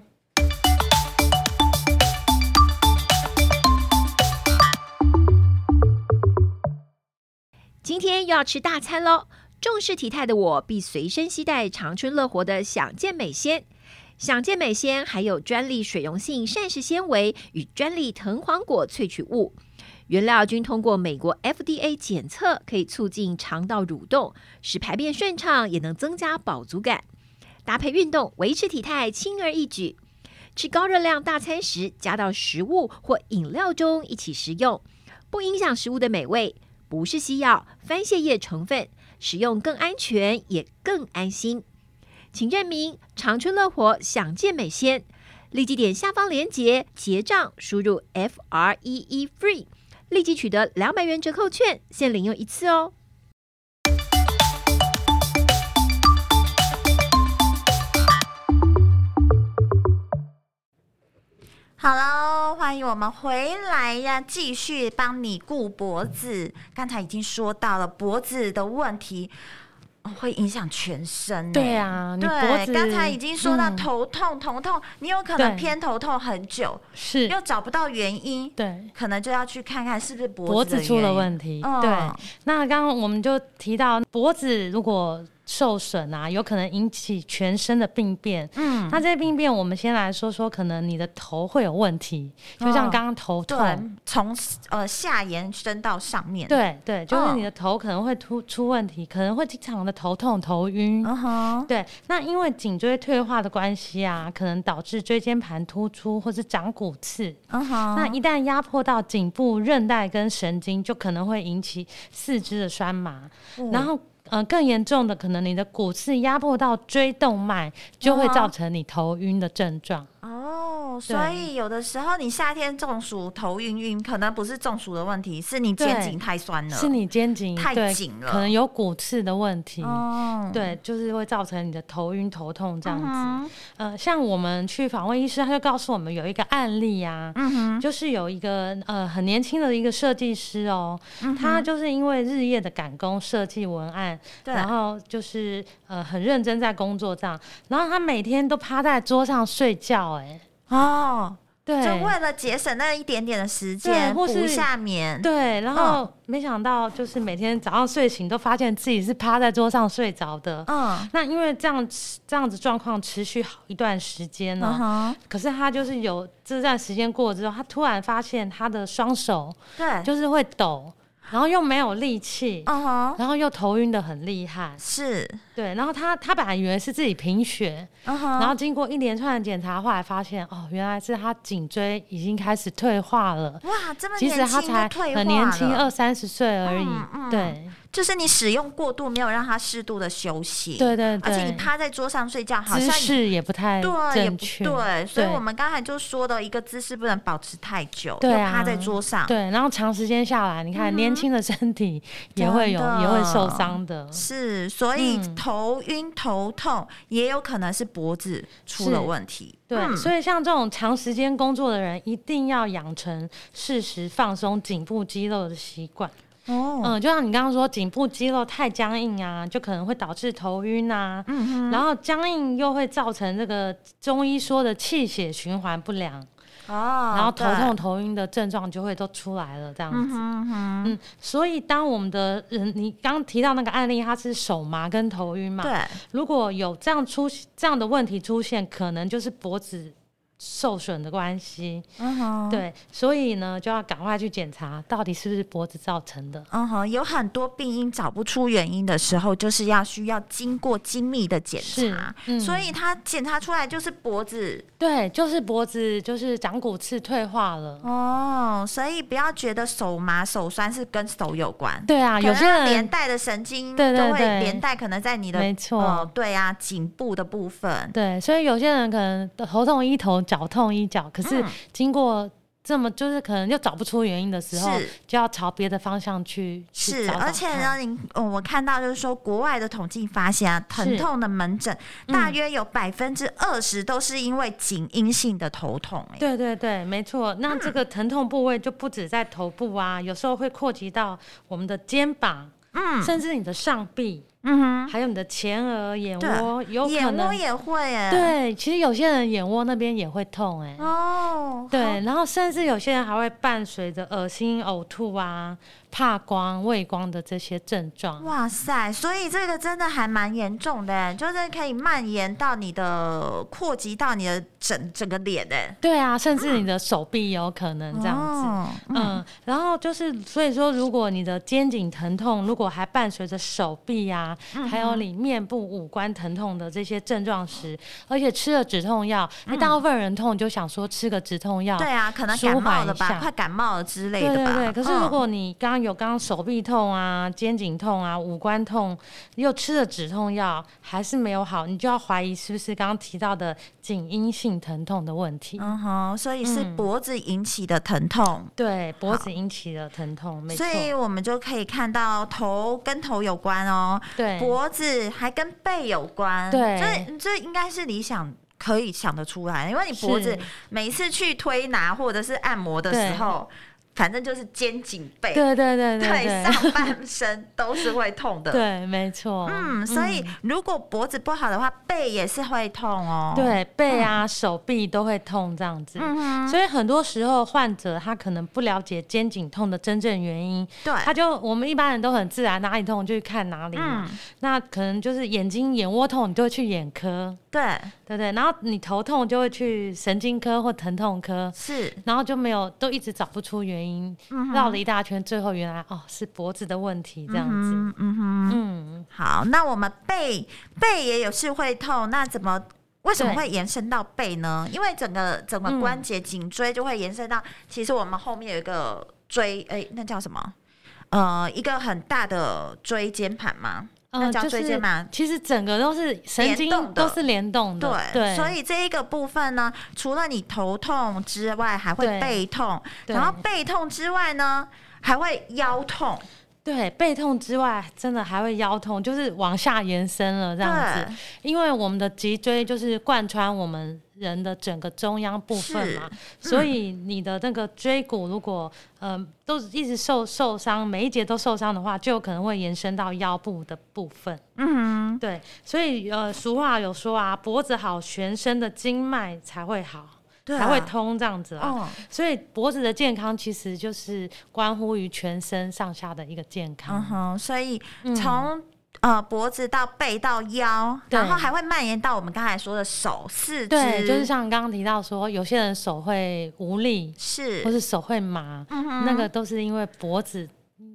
[SPEAKER 1] 今天又要吃大餐喽。重视体态的我，必随身携带长春乐活的想健美鲜。想健美鲜还有专利水溶性膳食纤维与专利藤黄果萃取物，原料均通过美国 FDA 检测，可以促进肠道蠕动，使排便顺畅，也能增加饱足感。搭配运动，维持体态轻而易举。吃高热量大餐时，加到食物或饮料中一起食用，不影响食物的美味，不是西药，番泻叶成分，使用更安全也更安心。请认明长春乐活享健美鲜，立即点下方链接结账，输入 F R E E FREE，立即取得两百元折扣券，限领用一次哦。
[SPEAKER 2] 好喽，欢迎我们回来呀！继续帮你顾脖子。刚才已经说到了脖子的问题，哦会影响全身。
[SPEAKER 3] 对，啊，你脖
[SPEAKER 2] 对，
[SPEAKER 3] 子
[SPEAKER 2] 刚才已经说到
[SPEAKER 3] 嗯
[SPEAKER 2] 头痛，头痛，你有可能
[SPEAKER 3] 对
[SPEAKER 2] 偏头痛很久，
[SPEAKER 3] 是
[SPEAKER 2] 又找不到原因，
[SPEAKER 3] 对
[SPEAKER 2] 可能就要去看看是不是脖
[SPEAKER 3] 脖
[SPEAKER 2] 子的
[SPEAKER 3] 子出了
[SPEAKER 2] 原因
[SPEAKER 3] 问题，
[SPEAKER 2] 嗯
[SPEAKER 3] 对。那刚刚我们就提到脖子如果受损啊，有可能引起全身的病变。
[SPEAKER 2] 嗯，
[SPEAKER 3] 那这些病变，我们先来说说，可能你的头会有问题，就像
[SPEAKER 2] 哦
[SPEAKER 3] 刚刚头痛，
[SPEAKER 2] 对，从呃下延伸到上面，，
[SPEAKER 3] 对对，就是
[SPEAKER 2] 嗯
[SPEAKER 3] 你的头可能会突出问题，可能会经常的头痛、头晕。
[SPEAKER 2] 嗯哼，
[SPEAKER 3] 对，那因为颈椎退化的关系啊，可能导致椎间盘突出或是长骨刺。
[SPEAKER 2] 嗯哼，
[SPEAKER 3] 那一旦压迫到颈部韧带跟神经，就可能会引起四肢的酸麻，
[SPEAKER 2] 哦嗯
[SPEAKER 3] 然后。呃，更严重的可能你的骨刺压迫到椎动脉，就会
[SPEAKER 2] 嗯哼
[SPEAKER 3] 造成你头晕的症状。
[SPEAKER 2] 哦，所以有的时候你夏天中暑头晕晕，可能不是中暑的问题，是你肩
[SPEAKER 3] 对
[SPEAKER 2] 颈太酸了，
[SPEAKER 3] 是你肩颈
[SPEAKER 2] 太
[SPEAKER 3] 对
[SPEAKER 2] 紧了
[SPEAKER 3] 可能有骨刺的问题。
[SPEAKER 2] 哦，
[SPEAKER 3] 对，就是会造成你的头晕头痛这样子。
[SPEAKER 2] 嗯
[SPEAKER 3] 呃，像我们去访问医师，他就告诉我们有一个案例啊，
[SPEAKER 2] 嗯哼，
[SPEAKER 3] 就是有一个呃很年轻的一个设计师哦，
[SPEAKER 2] 嗯
[SPEAKER 3] 他就是因为日夜的赶工设计文案，
[SPEAKER 2] 对
[SPEAKER 3] 然后就是呃很认真在工作这样，然后他每天都趴在桌上睡觉、哎，
[SPEAKER 2] 哦，
[SPEAKER 3] 对，
[SPEAKER 2] 就为了节省那一点点的时
[SPEAKER 3] 对
[SPEAKER 2] 间，
[SPEAKER 3] 或是
[SPEAKER 2] 补下眠，
[SPEAKER 3] 对，然
[SPEAKER 2] 哦
[SPEAKER 3] 后没想到就是每天早上睡醒都发现自己是趴在桌上睡着的。
[SPEAKER 2] 嗯，
[SPEAKER 3] 那因为这样这样子状况持续好一段时间呢、
[SPEAKER 2] 嗯哼，
[SPEAKER 3] 可是他就是有这段时间过了之后，他突然发现他的双手
[SPEAKER 2] 对，
[SPEAKER 3] 就是会抖，然后又没有力气，
[SPEAKER 2] 嗯哼，
[SPEAKER 3] 然后又头晕的很厉害。
[SPEAKER 2] 是，
[SPEAKER 3] 对，然后他他本来以为是自己贫血，
[SPEAKER 2] 嗯
[SPEAKER 3] 然
[SPEAKER 2] 哼，
[SPEAKER 3] 后经过一连串的检查，后来发现哦，原来是他颈椎已经开始退化了。
[SPEAKER 2] 哇，这么
[SPEAKER 3] 其实
[SPEAKER 2] 年
[SPEAKER 3] 他
[SPEAKER 2] 轻就
[SPEAKER 3] 才
[SPEAKER 2] 退化
[SPEAKER 3] 很年轻，
[SPEAKER 2] 了
[SPEAKER 3] 二三十岁而已。
[SPEAKER 2] 嗯嗯
[SPEAKER 3] 对
[SPEAKER 2] 就是你使用过度，没有让它适度的休息，
[SPEAKER 3] 对对
[SPEAKER 2] 而且你
[SPEAKER 3] 对，
[SPEAKER 2] 趴在桌上睡觉，好
[SPEAKER 3] 姿
[SPEAKER 2] 像也
[SPEAKER 3] 势也不太
[SPEAKER 2] 对，也
[SPEAKER 3] 正
[SPEAKER 2] 不
[SPEAKER 3] 确。
[SPEAKER 2] 对，所以
[SPEAKER 3] 对
[SPEAKER 2] 我们刚才就说的一个姿势不能保持太久，
[SPEAKER 3] 对啊
[SPEAKER 2] 又趴在桌上，
[SPEAKER 3] 对，然后长时间下来，你看、年轻的
[SPEAKER 2] *laughs*
[SPEAKER 3] 身体也会有
[SPEAKER 2] 嗯真的嗯
[SPEAKER 3] 也会受伤的。
[SPEAKER 2] 是，所以
[SPEAKER 3] 嗯
[SPEAKER 2] 头晕头痛也有可能是脖子出
[SPEAKER 3] 是
[SPEAKER 2] 了问题，
[SPEAKER 3] 对，
[SPEAKER 2] 嗯
[SPEAKER 3] 所以像这种长时间工作的人，一定要养成适时放松颈部肌肉的习惯。
[SPEAKER 2] 哦，
[SPEAKER 3] 嗯，就像你刚刚说，颈部肌肉太僵硬啊，就可能会导致头晕啊。
[SPEAKER 2] 嗯
[SPEAKER 3] 然后僵硬又会造成这个中医说的气血循环不良，
[SPEAKER 2] 哼，哦，
[SPEAKER 3] 然后头
[SPEAKER 2] 对
[SPEAKER 3] 痛、，头晕的症状就会都出来了，这样
[SPEAKER 2] 嗯
[SPEAKER 3] 子。
[SPEAKER 2] 哼嗯哼，
[SPEAKER 3] 嗯，所以当我们的人，你刚提到那个案例，他是手麻跟头晕嘛？。
[SPEAKER 2] 对，
[SPEAKER 3] 如果有这样出这样的问题出现，可能就是脖子受损的关系。
[SPEAKER 2] 嗯哼，。
[SPEAKER 3] 对，所以呢，就要赶快去检查，到底是不是脖子造成的。
[SPEAKER 2] 嗯哼，有很多病因找不出原因的时候，就是要需要经过精密的检
[SPEAKER 3] 是
[SPEAKER 2] 查，
[SPEAKER 3] 嗯
[SPEAKER 2] 所以他检查出来就是脖子
[SPEAKER 3] 对，就是脖子就是长骨刺退化了。
[SPEAKER 2] 哦，所以不要觉得手麻手酸是跟手有关，
[SPEAKER 3] 对啊，有
[SPEAKER 2] 可
[SPEAKER 3] 些
[SPEAKER 2] 能连
[SPEAKER 3] 人
[SPEAKER 2] 带的神经
[SPEAKER 3] 对对
[SPEAKER 2] 都会
[SPEAKER 3] 对
[SPEAKER 2] 连带，可能在你的
[SPEAKER 3] 没错
[SPEAKER 2] 呃对啊，颈部的部分，
[SPEAKER 3] 对，所以有些人可能头痛医头，脚痛医脚，可是
[SPEAKER 2] 嗯
[SPEAKER 3] 经过这么就是可能就找不出原因的时候
[SPEAKER 2] 是，
[SPEAKER 3] 就要朝别的方向去去
[SPEAKER 2] 是，
[SPEAKER 3] 找找
[SPEAKER 2] 而且呢，
[SPEAKER 3] 看
[SPEAKER 2] 你呃我看到就是说，国外的统计发现啊，疼
[SPEAKER 3] 是
[SPEAKER 2] 痛的门诊
[SPEAKER 3] 嗯
[SPEAKER 2] 大约有百分之二十都是因为颈因性的头痛、欸，
[SPEAKER 3] 对对对，没错。那这个疼痛部位就不止在头部啊，有时候会扩及到我们的肩膀，
[SPEAKER 2] 嗯
[SPEAKER 3] 甚至你的上臂。
[SPEAKER 2] 嗯
[SPEAKER 3] 还有你的前额、眼
[SPEAKER 2] 对
[SPEAKER 3] 窝，有
[SPEAKER 2] 哼，
[SPEAKER 3] 可
[SPEAKER 2] 眼窝
[SPEAKER 3] 能
[SPEAKER 2] 也会哎，，
[SPEAKER 3] 对。其实有些人眼窝那边也会痛、哎、
[SPEAKER 2] 哦，
[SPEAKER 3] 对，然后甚至有些人还会伴随着恶心、呕吐啊、怕光、畏光的这些症状。
[SPEAKER 2] 哇塞，所以这个真的还蛮严重的哎，就是可以蔓延到你的扩及到你的整整个脸哎，哦
[SPEAKER 3] 对啊，甚至你的手臂也有可能这样子。
[SPEAKER 2] 子
[SPEAKER 3] 嗯，然后就是，所以说，如果你的肩颈疼痛，如果还伴随着手臂呀、
[SPEAKER 2] 嗯
[SPEAKER 3] 还有你面部五官疼痛的这些症状
[SPEAKER 2] 嗯
[SPEAKER 3] 时，而且吃了止痛药，那大部分人痛就想说吃个止痛药，
[SPEAKER 2] 对啊，可能
[SPEAKER 3] 哦舒
[SPEAKER 2] 感冒
[SPEAKER 3] 缓
[SPEAKER 2] 了
[SPEAKER 3] 一
[SPEAKER 2] 吧，
[SPEAKER 3] 下
[SPEAKER 2] 快感冒了之类
[SPEAKER 3] 对
[SPEAKER 2] 的
[SPEAKER 3] 对
[SPEAKER 2] 吧。
[SPEAKER 3] 对。可是
[SPEAKER 2] 嗯
[SPEAKER 3] 如果你刚刚有刚刚手臂痛啊、肩颈痛啊、五官痛，又吃了止痛药还是没有好，你就要怀疑是不是刚刚提到的颈因性疼痛的问题。
[SPEAKER 2] 嗯哼，所以是
[SPEAKER 3] 嗯
[SPEAKER 2] 脖子引起的疼痛，
[SPEAKER 3] 对，脖子引起的疼痛，没错
[SPEAKER 2] 所，以我们就可以看到头跟头有关哦，
[SPEAKER 3] 对，
[SPEAKER 2] 脖子还跟背有关，
[SPEAKER 3] 对
[SPEAKER 2] 这这应该是理想。可以想得出来，因为你脖子
[SPEAKER 3] 是
[SPEAKER 2] 每次去推拿或者是按摩的时候，反正就是肩颈背，
[SPEAKER 3] 对对对
[SPEAKER 2] 对
[SPEAKER 3] 对，
[SPEAKER 2] 上半身都是会痛的。
[SPEAKER 3] *laughs* 对，没错。
[SPEAKER 2] 嗯，所以如果脖子不好的话，背也是会痛哦。，
[SPEAKER 3] 对背啊、手臂都会痛这样子。
[SPEAKER 2] 嗯哼，
[SPEAKER 3] 所以很多时候，患者他可能不了解肩颈痛的真正原因，
[SPEAKER 2] 对，
[SPEAKER 3] 他就我们一般人都很自然，哪里痛就去看哪里嘛。
[SPEAKER 2] 嗯，
[SPEAKER 3] 那可能就是眼睛眼窝痛，你就会去眼科，
[SPEAKER 2] 对，
[SPEAKER 3] 对不对？然后你头痛就会去神经科或疼痛科，
[SPEAKER 2] 是，
[SPEAKER 3] 然后就没有都一直找不出原因，
[SPEAKER 2] 嗯哼
[SPEAKER 3] 绕了一大圈，最后原来哦是脖子的问题这样子。
[SPEAKER 2] 嗯嗯哼。
[SPEAKER 3] 嗯
[SPEAKER 2] 好，那我们背背也有是会痛，那怎么为什么
[SPEAKER 3] 对
[SPEAKER 2] 会延伸到背呢？因为整个整个
[SPEAKER 3] 嗯
[SPEAKER 2] 关节、颈椎就会延伸到，其实我们后面有一个椎，哎、那叫什么？呃，一个很大的椎间盘嘛，那
[SPEAKER 3] 嗯，
[SPEAKER 2] 叫
[SPEAKER 3] 就
[SPEAKER 2] 椎
[SPEAKER 3] 是
[SPEAKER 2] 间盘
[SPEAKER 3] 其实整个都是神
[SPEAKER 2] 联
[SPEAKER 3] 经
[SPEAKER 2] 动的
[SPEAKER 3] 都是联动的，
[SPEAKER 2] 对，所以这一个部分呢，除了你头痛之外，还会
[SPEAKER 3] 对
[SPEAKER 2] 背痛，
[SPEAKER 3] 对
[SPEAKER 2] 然后背痛之外呢，还会腰痛，
[SPEAKER 3] 对背痛之外，真的还会腰痛，就是往下延伸了这
[SPEAKER 2] 对，
[SPEAKER 3] 样子。因为我们的脊椎就是贯穿我们人的整个中央部分嘛，所
[SPEAKER 2] 嗯
[SPEAKER 3] 以你的那个椎骨如果呃都一直受受伤，每一节都受伤的话，就有可能会延伸到腰部的部分。
[SPEAKER 2] 嗯哼，
[SPEAKER 3] 对，所以呃俗话有说啊，脖子好，全身的经脉才会好，
[SPEAKER 2] 对啊
[SPEAKER 3] 才会通这样子啊。
[SPEAKER 2] 哦，
[SPEAKER 3] 所以脖子的健康其实就是关乎于全身上下的一个健康。
[SPEAKER 2] 嗯哼，所以
[SPEAKER 3] 嗯
[SPEAKER 2] 从、呃脖子到背到腰，
[SPEAKER 3] 对
[SPEAKER 2] 然后还会蔓延到我们刚才说的手、四肢，
[SPEAKER 3] 对，就是像刚刚提到说，有些人手会无力，
[SPEAKER 2] 是
[SPEAKER 3] 或是手会麻，
[SPEAKER 2] 嗯哼
[SPEAKER 3] 那个都是因为脖子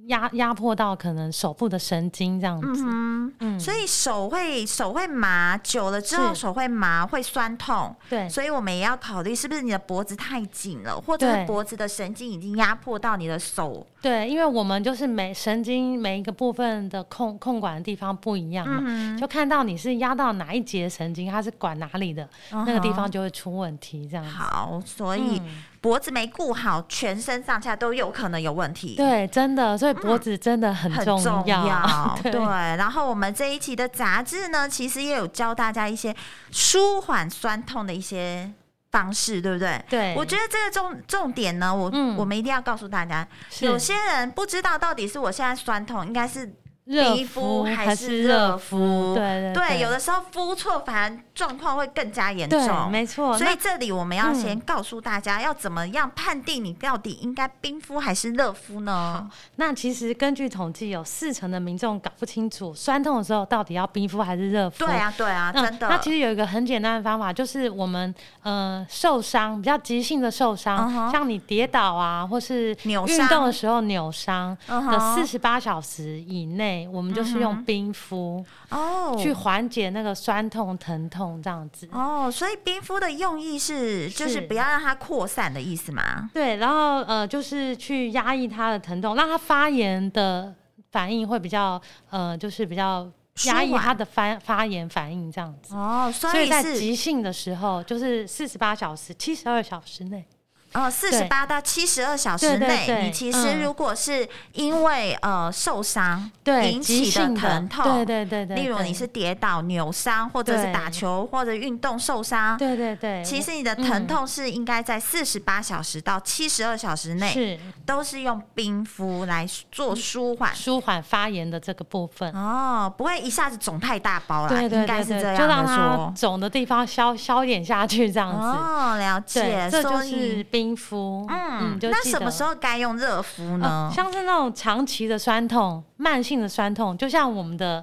[SPEAKER 3] 压压迫到可能手部的神经这样
[SPEAKER 2] 嗯
[SPEAKER 3] 子。
[SPEAKER 2] 哼，
[SPEAKER 3] 嗯
[SPEAKER 2] 所以手会手会麻，久了之后
[SPEAKER 3] 是
[SPEAKER 2] 手会麻，会酸痛。
[SPEAKER 3] 对
[SPEAKER 2] 所以我们也要考虑是不是你的脖子太紧了，或者是
[SPEAKER 3] 对
[SPEAKER 2] 脖子的神经已经压迫到你的手。
[SPEAKER 3] 对，因为我们就是每神经每一个部分的控控管的地方不一样嘛，
[SPEAKER 2] 嗯
[SPEAKER 3] 就看到你是压到哪一节神经，它是管哪里的，
[SPEAKER 2] 哼，
[SPEAKER 3] 那个地方
[SPEAKER 2] 嗯
[SPEAKER 3] 就会出问题这样
[SPEAKER 2] 哼
[SPEAKER 3] 子。
[SPEAKER 2] 好，所以
[SPEAKER 3] 嗯
[SPEAKER 2] 脖子没顾好，全身上下都有可能有问题。。嗯
[SPEAKER 3] 对，真的，所以脖子真的很
[SPEAKER 2] 很
[SPEAKER 3] 重
[SPEAKER 2] 重要 *laughs* 对。
[SPEAKER 3] *laughs* 对
[SPEAKER 2] 然后我们这一期的杂志呢，其实也有教大家一些舒缓酸痛的一些方式，对不对？
[SPEAKER 3] 对，
[SPEAKER 2] 我觉得这个重重点呢，我、
[SPEAKER 3] 嗯
[SPEAKER 2] 我们一定要告诉大家，
[SPEAKER 3] 是
[SPEAKER 2] 有些人不知道到底是我现在酸痛，应该是
[SPEAKER 3] 热
[SPEAKER 2] 皮肤
[SPEAKER 3] 敷
[SPEAKER 2] 还
[SPEAKER 3] 是
[SPEAKER 2] 热
[SPEAKER 3] 热
[SPEAKER 2] 敷，
[SPEAKER 3] 对对对
[SPEAKER 2] 有的时候敷错反而状况会更加严
[SPEAKER 3] 对，
[SPEAKER 2] 重。
[SPEAKER 3] 没错。
[SPEAKER 2] 所
[SPEAKER 3] 那
[SPEAKER 2] 以这里我们要
[SPEAKER 3] 嗯
[SPEAKER 2] 先告诉大家，要怎么样判定你到底应该冰敷还是热敷呢？
[SPEAKER 3] 那其实根据统计，有四成的民众搞不清楚酸痛的时候到底要冰敷还是热敷。
[SPEAKER 2] 对啊，对啊，
[SPEAKER 3] 嗯。
[SPEAKER 2] 真的。
[SPEAKER 3] 那其实有一个很简单的方法，就是我们呃受伤比较急性的受伤
[SPEAKER 2] 嗯哼
[SPEAKER 3] 像你跌倒啊，或是
[SPEAKER 2] 扭
[SPEAKER 3] 运
[SPEAKER 2] 伤
[SPEAKER 3] 动的时候扭伤
[SPEAKER 2] 嗯
[SPEAKER 3] 的
[SPEAKER 2] 哼
[SPEAKER 3] 四十八小时以内，我们就是
[SPEAKER 2] 嗯
[SPEAKER 3] 用
[SPEAKER 2] 哼
[SPEAKER 3] 冰敷
[SPEAKER 2] 哦，
[SPEAKER 3] 去缓解那个酸痛疼痛这样子。
[SPEAKER 2] 哦，所以冰敷的用意是就是
[SPEAKER 3] 是
[SPEAKER 2] 不要让它扩散的意思嘛？
[SPEAKER 3] 对，然后呃，就是去压抑它的疼痛，让它发炎的反应会比较呃，就是比较
[SPEAKER 2] 舒
[SPEAKER 3] 压抑
[SPEAKER 2] 缓
[SPEAKER 3] 它的发发炎反应这样子。
[SPEAKER 2] 哦，所
[SPEAKER 3] 所以在
[SPEAKER 2] 是
[SPEAKER 3] 急性的时候，就是四十八小时、七十二小时内，
[SPEAKER 2] 呃，四十八到七十二小时
[SPEAKER 3] 对对
[SPEAKER 2] 内，
[SPEAKER 3] 对
[SPEAKER 2] 你其实
[SPEAKER 3] 嗯
[SPEAKER 2] 如果是因为呃受伤
[SPEAKER 3] 对
[SPEAKER 2] 引
[SPEAKER 3] 急
[SPEAKER 2] 起
[SPEAKER 3] 性
[SPEAKER 2] 疼
[SPEAKER 3] 对
[SPEAKER 2] 痛，
[SPEAKER 3] 对对对，
[SPEAKER 2] 例如你
[SPEAKER 3] 对
[SPEAKER 2] 是跌倒、扭伤，或者是打
[SPEAKER 3] 对
[SPEAKER 2] 球或者运动受伤，
[SPEAKER 3] 对对对，
[SPEAKER 2] 其
[SPEAKER 3] 我
[SPEAKER 2] 实你的
[SPEAKER 3] 嗯
[SPEAKER 2] 疼痛是应该在四十八小时到七十二小时内，
[SPEAKER 3] 是嗯
[SPEAKER 2] 都是用冰敷来做舒缓。
[SPEAKER 3] 舒缓发炎的这个部分。
[SPEAKER 2] 哦，不会一下子肿太大包啦，
[SPEAKER 3] 对对
[SPEAKER 2] 应该
[SPEAKER 3] 对
[SPEAKER 2] 是这
[SPEAKER 3] 对，
[SPEAKER 2] 样
[SPEAKER 3] 就让
[SPEAKER 2] 的
[SPEAKER 3] 它
[SPEAKER 2] 说。
[SPEAKER 3] 肿的地方消消炎下去，这样子。
[SPEAKER 2] 哦，了
[SPEAKER 3] 对
[SPEAKER 2] 解，，
[SPEAKER 3] 这就
[SPEAKER 2] 所以
[SPEAKER 3] 是冰敷。
[SPEAKER 2] 嗯，
[SPEAKER 3] 就
[SPEAKER 2] 那
[SPEAKER 3] 记
[SPEAKER 2] 什么
[SPEAKER 3] 得
[SPEAKER 2] 时候该用热敷
[SPEAKER 3] 呃
[SPEAKER 2] 呢？
[SPEAKER 3] 像是那种长期的酸痛、慢性的酸痛，就像我们的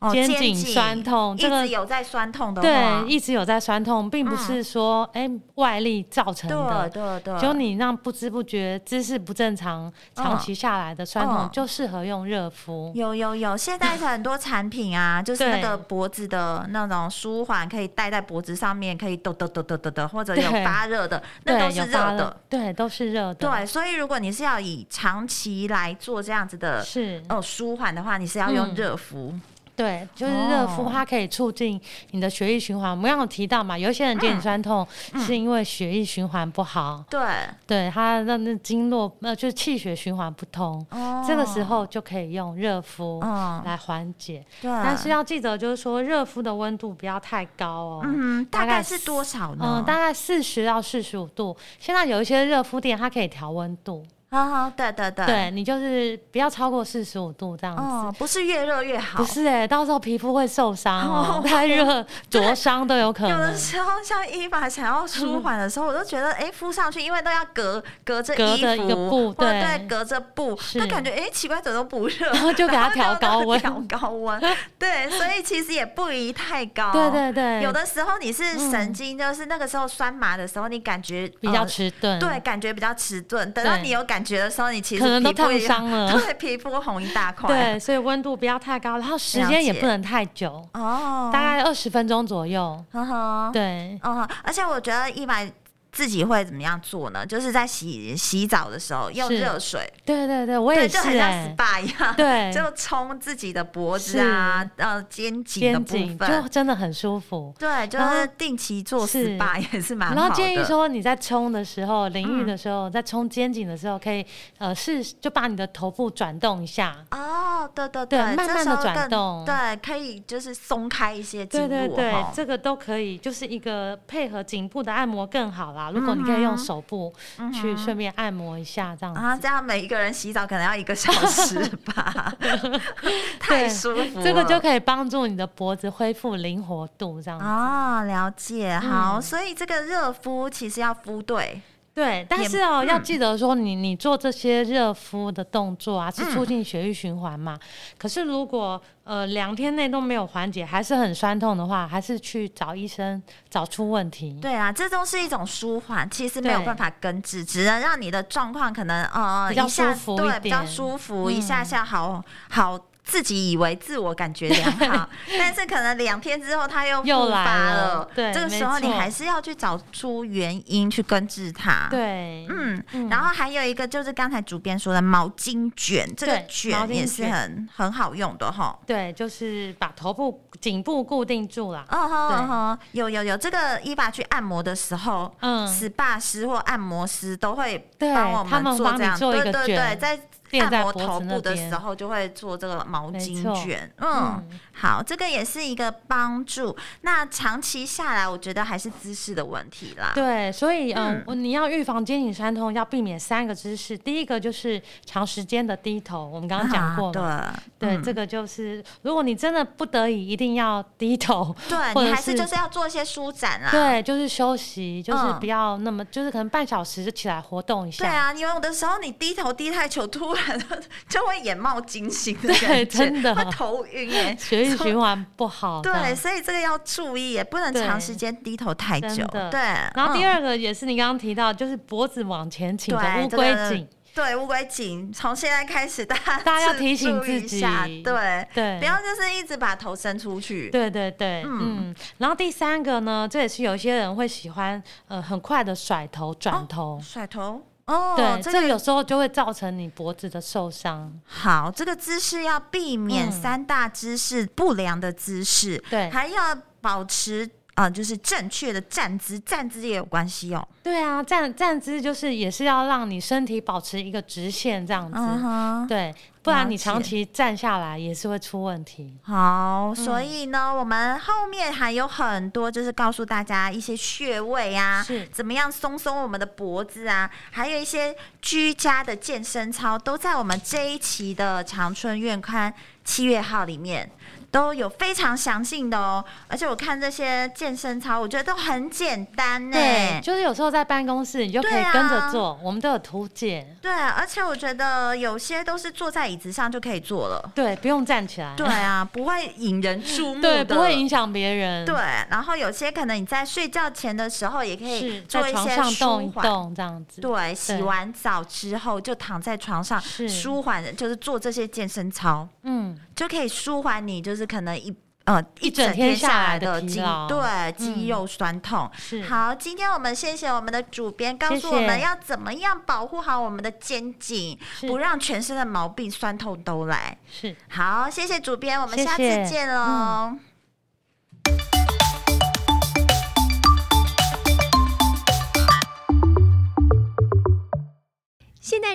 [SPEAKER 2] 哦
[SPEAKER 3] 肩颈酸痛，
[SPEAKER 2] 一
[SPEAKER 3] 这个
[SPEAKER 2] 直有在酸痛的话，
[SPEAKER 3] 对一直有在酸痛，并不是说哎、外力造成
[SPEAKER 2] 对
[SPEAKER 3] 的。
[SPEAKER 2] 嗯对对，
[SPEAKER 3] 就你让不知不觉姿势不正常，长期下来的酸
[SPEAKER 2] 嗯
[SPEAKER 3] 痛就适合用热敷。
[SPEAKER 2] 有有有，现在很多产品啊，
[SPEAKER 3] *laughs*
[SPEAKER 2] 就是那
[SPEAKER 3] 对
[SPEAKER 2] 个脖子的那种舒缓，可以戴在脖子上面，可以抖抖抖抖抖抖，或者有
[SPEAKER 3] 对
[SPEAKER 2] 发热的，那
[SPEAKER 3] 对，
[SPEAKER 2] 都是
[SPEAKER 3] 有
[SPEAKER 2] 热
[SPEAKER 3] 发
[SPEAKER 2] 的
[SPEAKER 3] 热。，对，都是热的，
[SPEAKER 2] 对，所以如果你是要以长期来做这样子的
[SPEAKER 3] 是，
[SPEAKER 2] 哦舒缓的话，你是要用
[SPEAKER 3] 嗯
[SPEAKER 2] 热敷。
[SPEAKER 3] 对，就是热敷，
[SPEAKER 2] 哦
[SPEAKER 3] 它可以促进你的血液循环。我们刚刚有提到嘛，有一
[SPEAKER 2] 嗯
[SPEAKER 3] 些人肩颈酸痛是因为血液循环不好，
[SPEAKER 2] 对，
[SPEAKER 3] 对，它让那经络呃就是气血循环不通，
[SPEAKER 2] 哦
[SPEAKER 3] 这个时，候就可以用热敷
[SPEAKER 2] 嗯，
[SPEAKER 3] 来缓解。
[SPEAKER 2] 对，
[SPEAKER 3] 但是要记得，就是说热敷的温度不要太高哦。
[SPEAKER 2] 嗯，大
[SPEAKER 3] 大概
[SPEAKER 2] 概是多少呢？
[SPEAKER 3] 嗯，大概四十到四十五度。现在有一些热敷店，它可以调温度，
[SPEAKER 2] 好好，对对对，
[SPEAKER 3] 对你就是不要超过四十五度这样子。
[SPEAKER 2] 哦，不是越热越好
[SPEAKER 3] 不。是哎、到时候皮肤会受伤哦 *laughs*
[SPEAKER 2] 哦，
[SPEAKER 3] 太热灼伤都有可
[SPEAKER 2] 有的
[SPEAKER 3] 能。
[SPEAKER 2] 时候，像伊娃想要舒缓的时
[SPEAKER 3] *laughs*
[SPEAKER 2] 候，我都觉得，哎，敷上去，因为都要隔隔着
[SPEAKER 3] 隔
[SPEAKER 2] 衣
[SPEAKER 3] 着
[SPEAKER 2] 服，
[SPEAKER 3] 一个布
[SPEAKER 2] 或者
[SPEAKER 3] 对
[SPEAKER 2] 对，隔着布，
[SPEAKER 3] 是
[SPEAKER 2] 那感觉，哎，奇怪，怎么都不 *laughs* 热，然
[SPEAKER 3] 后 *laughs* 就给它调高温
[SPEAKER 2] 调高温，对，所以其实也不宜太高，
[SPEAKER 3] 对对对，
[SPEAKER 2] 有的时候你是神经，就是那个时候酸麻的时候，你感觉
[SPEAKER 3] 比较
[SPEAKER 2] 呃
[SPEAKER 3] 迟钝，
[SPEAKER 2] 对，感觉比较迟钝。等到
[SPEAKER 3] 嗯对
[SPEAKER 2] 你有感觉的时候，你其实
[SPEAKER 3] 可能都
[SPEAKER 2] 皮肤
[SPEAKER 3] 烫
[SPEAKER 2] 也
[SPEAKER 3] 伤
[SPEAKER 2] *laughs*
[SPEAKER 3] 了。
[SPEAKER 2] 对，皮肤红一大块。
[SPEAKER 3] 对，所以温度不要太高，然后时
[SPEAKER 2] 了
[SPEAKER 3] 间也
[SPEAKER 2] 解
[SPEAKER 3] 不能太久，
[SPEAKER 2] 对，哦，嗯
[SPEAKER 3] 大，概二十分钟左右。
[SPEAKER 2] 呵呵，
[SPEAKER 3] 对，
[SPEAKER 2] 哦，而且我觉得一般自己会怎么样做呢？就是在洗洗澡的时候用
[SPEAKER 3] 是
[SPEAKER 2] 热水，
[SPEAKER 3] 对对对，我
[SPEAKER 2] 对，
[SPEAKER 3] 也
[SPEAKER 2] 就是很像
[SPEAKER 3] 哎、
[SPEAKER 2] SPA 一样，*laughs*
[SPEAKER 3] 对
[SPEAKER 2] 就冲自己的脖子啊
[SPEAKER 3] 是，
[SPEAKER 2] 呃，肩颈的
[SPEAKER 3] 肩
[SPEAKER 2] 部
[SPEAKER 3] 颈就
[SPEAKER 2] 分。
[SPEAKER 3] 真的很舒服。
[SPEAKER 2] 对，就
[SPEAKER 3] 然后
[SPEAKER 2] 是定期做
[SPEAKER 3] 是
[SPEAKER 2] SPA 也是蛮好的。嗯
[SPEAKER 3] 然后建议说，你在冲的时候、淋浴的时候、在冲肩颈的时候，可以呃是就把你的头部转动一下，
[SPEAKER 2] 哦，对对
[SPEAKER 3] 对慢
[SPEAKER 2] 这
[SPEAKER 3] 慢
[SPEAKER 2] 时
[SPEAKER 3] 地
[SPEAKER 2] 候
[SPEAKER 3] 转
[SPEAKER 2] 更
[SPEAKER 3] 动
[SPEAKER 2] 对，可以就是松开一些筋
[SPEAKER 3] 对
[SPEAKER 2] 络
[SPEAKER 3] 对对
[SPEAKER 2] 哈，
[SPEAKER 3] 这个都可以，就是一个配合颈部的按摩更好啦。
[SPEAKER 2] 嗯
[SPEAKER 3] 如果你可以用手部去顺便按摩一下，这样子。
[SPEAKER 2] 啊，这样每一个人洗澡可能要一个小时吧， *laughs* 太舒服了。
[SPEAKER 3] 这个就可以帮助你的脖子恢复灵活度，这样子。
[SPEAKER 2] 哦，了解。好，
[SPEAKER 3] 嗯
[SPEAKER 2] 所以这个热敷其实要敷对，
[SPEAKER 3] 对，但是哦，
[SPEAKER 2] 嗯
[SPEAKER 3] 要记得说你，你做这些热敷的动作啊，
[SPEAKER 2] 嗯
[SPEAKER 3] 是促进血液循环嘛。可是如果呃两天内都没有缓解，还是很酸痛的话，还是去找医生找出问题。
[SPEAKER 2] 对啊，这都是一种舒缓，其实没有
[SPEAKER 3] 对
[SPEAKER 2] 办法根治，只能让你的状况可能呃
[SPEAKER 3] 比较
[SPEAKER 2] 一下
[SPEAKER 3] 舒服一
[SPEAKER 2] 对比较
[SPEAKER 3] 点
[SPEAKER 2] 舒服，一
[SPEAKER 3] 嗯
[SPEAKER 2] 下下好好。自己以为自我感觉良 *laughs* 好，但是可能两天之后他又
[SPEAKER 3] 又
[SPEAKER 2] 复
[SPEAKER 3] 来
[SPEAKER 2] 发
[SPEAKER 3] 了
[SPEAKER 2] 了。
[SPEAKER 3] 对
[SPEAKER 2] 这个
[SPEAKER 3] 没
[SPEAKER 2] 时候你
[SPEAKER 3] 错
[SPEAKER 2] 还是要去找出原因去根治它。，
[SPEAKER 3] 对，
[SPEAKER 2] 嗯，
[SPEAKER 3] 嗯
[SPEAKER 2] 然后还有一个就是刚才主编说的毛巾卷，这个
[SPEAKER 3] 对毛
[SPEAKER 2] 卷
[SPEAKER 3] 巾
[SPEAKER 2] 也是
[SPEAKER 3] 卷
[SPEAKER 2] 很很好用的哈。
[SPEAKER 3] 对，就是把头部、颈部固定住啦。
[SPEAKER 2] 哦吼
[SPEAKER 3] 对
[SPEAKER 2] 哦吼，有有有，这个伊爸去按摩的时候。
[SPEAKER 3] 嗯，
[SPEAKER 2] SPA 师或按摩师都会
[SPEAKER 3] 对
[SPEAKER 2] 帮我
[SPEAKER 3] 他们
[SPEAKER 2] 做
[SPEAKER 3] 帮
[SPEAKER 2] 这
[SPEAKER 3] 你
[SPEAKER 2] 样，
[SPEAKER 3] 做一
[SPEAKER 2] 对
[SPEAKER 3] 个
[SPEAKER 2] 对对，
[SPEAKER 3] 卷
[SPEAKER 2] 在
[SPEAKER 3] 垫
[SPEAKER 2] 按
[SPEAKER 3] 在
[SPEAKER 2] 摩
[SPEAKER 3] 脖子
[SPEAKER 2] 头
[SPEAKER 3] 那
[SPEAKER 2] 部的
[SPEAKER 3] 边
[SPEAKER 2] 时候就会做这个毛
[SPEAKER 3] 没
[SPEAKER 2] 巾
[SPEAKER 3] 错
[SPEAKER 2] 卷，嗯，
[SPEAKER 3] 嗯
[SPEAKER 2] 好，这个也是一个帮助。那长期下来，我觉得还是姿势的问题啦。
[SPEAKER 3] 对，所以
[SPEAKER 2] 嗯
[SPEAKER 3] 嗯、呃，你要预防肩颈酸痛，要避免三个姿势。第一个就是长时间的低头，我们刚刚讲过嘛。
[SPEAKER 2] 啊对
[SPEAKER 3] 对，
[SPEAKER 2] 嗯
[SPEAKER 3] 这个就是如果你真的不得已一定要低头，或
[SPEAKER 2] 对你
[SPEAKER 3] 者
[SPEAKER 2] 还是
[SPEAKER 3] 是
[SPEAKER 2] 就是要做一些舒展啊啦。
[SPEAKER 3] 对，就是休息，就是
[SPEAKER 2] 嗯
[SPEAKER 3] 不要那么，就是可能半小时就起来活动一下。
[SPEAKER 2] 对啊，你有的时候你低头低太久，突然就会眼冒金星的
[SPEAKER 3] 对
[SPEAKER 2] 感觉，
[SPEAKER 3] 真的
[SPEAKER 2] 会头晕哎、*laughs*
[SPEAKER 3] 血液循环不好的。
[SPEAKER 2] 对，所以这个要注意耶，不能
[SPEAKER 3] 对
[SPEAKER 2] 长时间低头太久
[SPEAKER 3] 真。的
[SPEAKER 2] 对，
[SPEAKER 3] 然后第
[SPEAKER 2] 嗯、
[SPEAKER 3] 二个也是你刚刚提到，就是脖子往前倾的
[SPEAKER 2] 对
[SPEAKER 3] 乌
[SPEAKER 2] 这
[SPEAKER 3] 龟
[SPEAKER 2] 个
[SPEAKER 3] 颈，
[SPEAKER 2] 嗯对乌龟颈，从现在开始大家
[SPEAKER 3] 大家要
[SPEAKER 2] 自
[SPEAKER 3] 提醒
[SPEAKER 2] 注意
[SPEAKER 3] 自
[SPEAKER 2] 一下
[SPEAKER 3] 己
[SPEAKER 2] 对，
[SPEAKER 3] 对，
[SPEAKER 2] 不要就是一直把头伸出去。
[SPEAKER 3] 对对对，
[SPEAKER 2] 嗯
[SPEAKER 3] 嗯然后第三个呢，这也是有些人会喜欢，呃，很快的甩头、转头，
[SPEAKER 2] 甩头哦，
[SPEAKER 3] 对，
[SPEAKER 2] 这
[SPEAKER 3] 这
[SPEAKER 2] 个啊
[SPEAKER 3] 个有时候就会造成你脖子的受伤。
[SPEAKER 2] 好，这个姿势要避免
[SPEAKER 3] 嗯
[SPEAKER 2] 三大姿势、不良的姿势，
[SPEAKER 3] 对
[SPEAKER 2] 还要保持啊、就是正确的站姿，站姿也有关系哦。
[SPEAKER 3] 对啊，站站姿就是也是要让你身体保持一个直线这样子，
[SPEAKER 2] 嗯哼，
[SPEAKER 3] 对，不然
[SPEAKER 2] 了
[SPEAKER 3] 你
[SPEAKER 2] 解
[SPEAKER 3] 长期站下来也是会出问题。
[SPEAKER 2] 好，所
[SPEAKER 3] 嗯
[SPEAKER 2] 以呢，我们后面还有很多，就是告诉大家一些穴位啊
[SPEAKER 3] 是，
[SPEAKER 2] 怎么样松松我们的脖子啊，还有一些居家的健身操，都在我们这一期的长春院刊七月号里面都有非常详尽的哦。而且我看这些健身操，我觉得都很简单呢。
[SPEAKER 3] 对，就是有时候在办公室你就可
[SPEAKER 2] 对
[SPEAKER 3] 以
[SPEAKER 2] 啊
[SPEAKER 3] 跟着做，我们都有图解，
[SPEAKER 2] 对，而且我觉得有些都是坐在椅子上就可以做了。
[SPEAKER 3] *laughs* 对，不用站起来，
[SPEAKER 2] 对啊，不会引人注目
[SPEAKER 3] 对，
[SPEAKER 2] 的，
[SPEAKER 3] 不会影响别人，
[SPEAKER 2] 对，然后有些可能你在睡觉前的时候也可以
[SPEAKER 3] 是
[SPEAKER 2] 做
[SPEAKER 3] 在
[SPEAKER 2] 一
[SPEAKER 3] 床
[SPEAKER 2] 些
[SPEAKER 3] 上
[SPEAKER 2] 舒
[SPEAKER 3] 动一
[SPEAKER 2] 缓。
[SPEAKER 3] 动这样子，
[SPEAKER 2] 对，洗
[SPEAKER 3] 对
[SPEAKER 2] 完澡之后就躺在床上
[SPEAKER 3] 是
[SPEAKER 2] 舒缓，就是做这些健身操，
[SPEAKER 3] 嗯，
[SPEAKER 2] 就可以舒缓你就是可能一呃
[SPEAKER 3] 一
[SPEAKER 2] 整
[SPEAKER 3] 整
[SPEAKER 2] 天
[SPEAKER 3] 天下
[SPEAKER 2] 来
[SPEAKER 3] 来的疲
[SPEAKER 2] 肌
[SPEAKER 3] 劳
[SPEAKER 2] 对肌
[SPEAKER 3] 嗯
[SPEAKER 2] 肉酸痛。
[SPEAKER 3] 是，
[SPEAKER 2] 好，今天我们谢谢我们的主编，告
[SPEAKER 3] 谢
[SPEAKER 2] 诉我们
[SPEAKER 3] 谢
[SPEAKER 2] 要怎么样保护好我们的肩颈，
[SPEAKER 3] 是
[SPEAKER 2] 不让全身的毛病酸痛都来。
[SPEAKER 3] 是。
[SPEAKER 2] 好，谢谢主编，我们
[SPEAKER 3] 谢
[SPEAKER 2] 下次
[SPEAKER 3] 谢
[SPEAKER 2] 见喽。
[SPEAKER 3] 嗯
[SPEAKER 1] 现代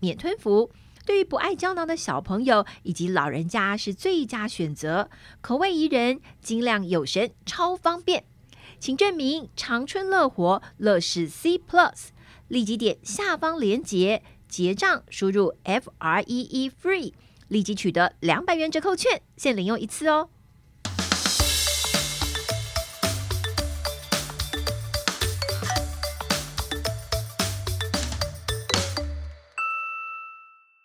[SPEAKER 1] 免吞服，对于不爱胶囊的小朋友以及老人家是最佳选择，口味宜人，精量有神，超方便。请证明长春乐活乐视 C Plus，立即点下方链接结账，输入 F R E E FREE，立即取得两百元折扣券，限领用一次哦。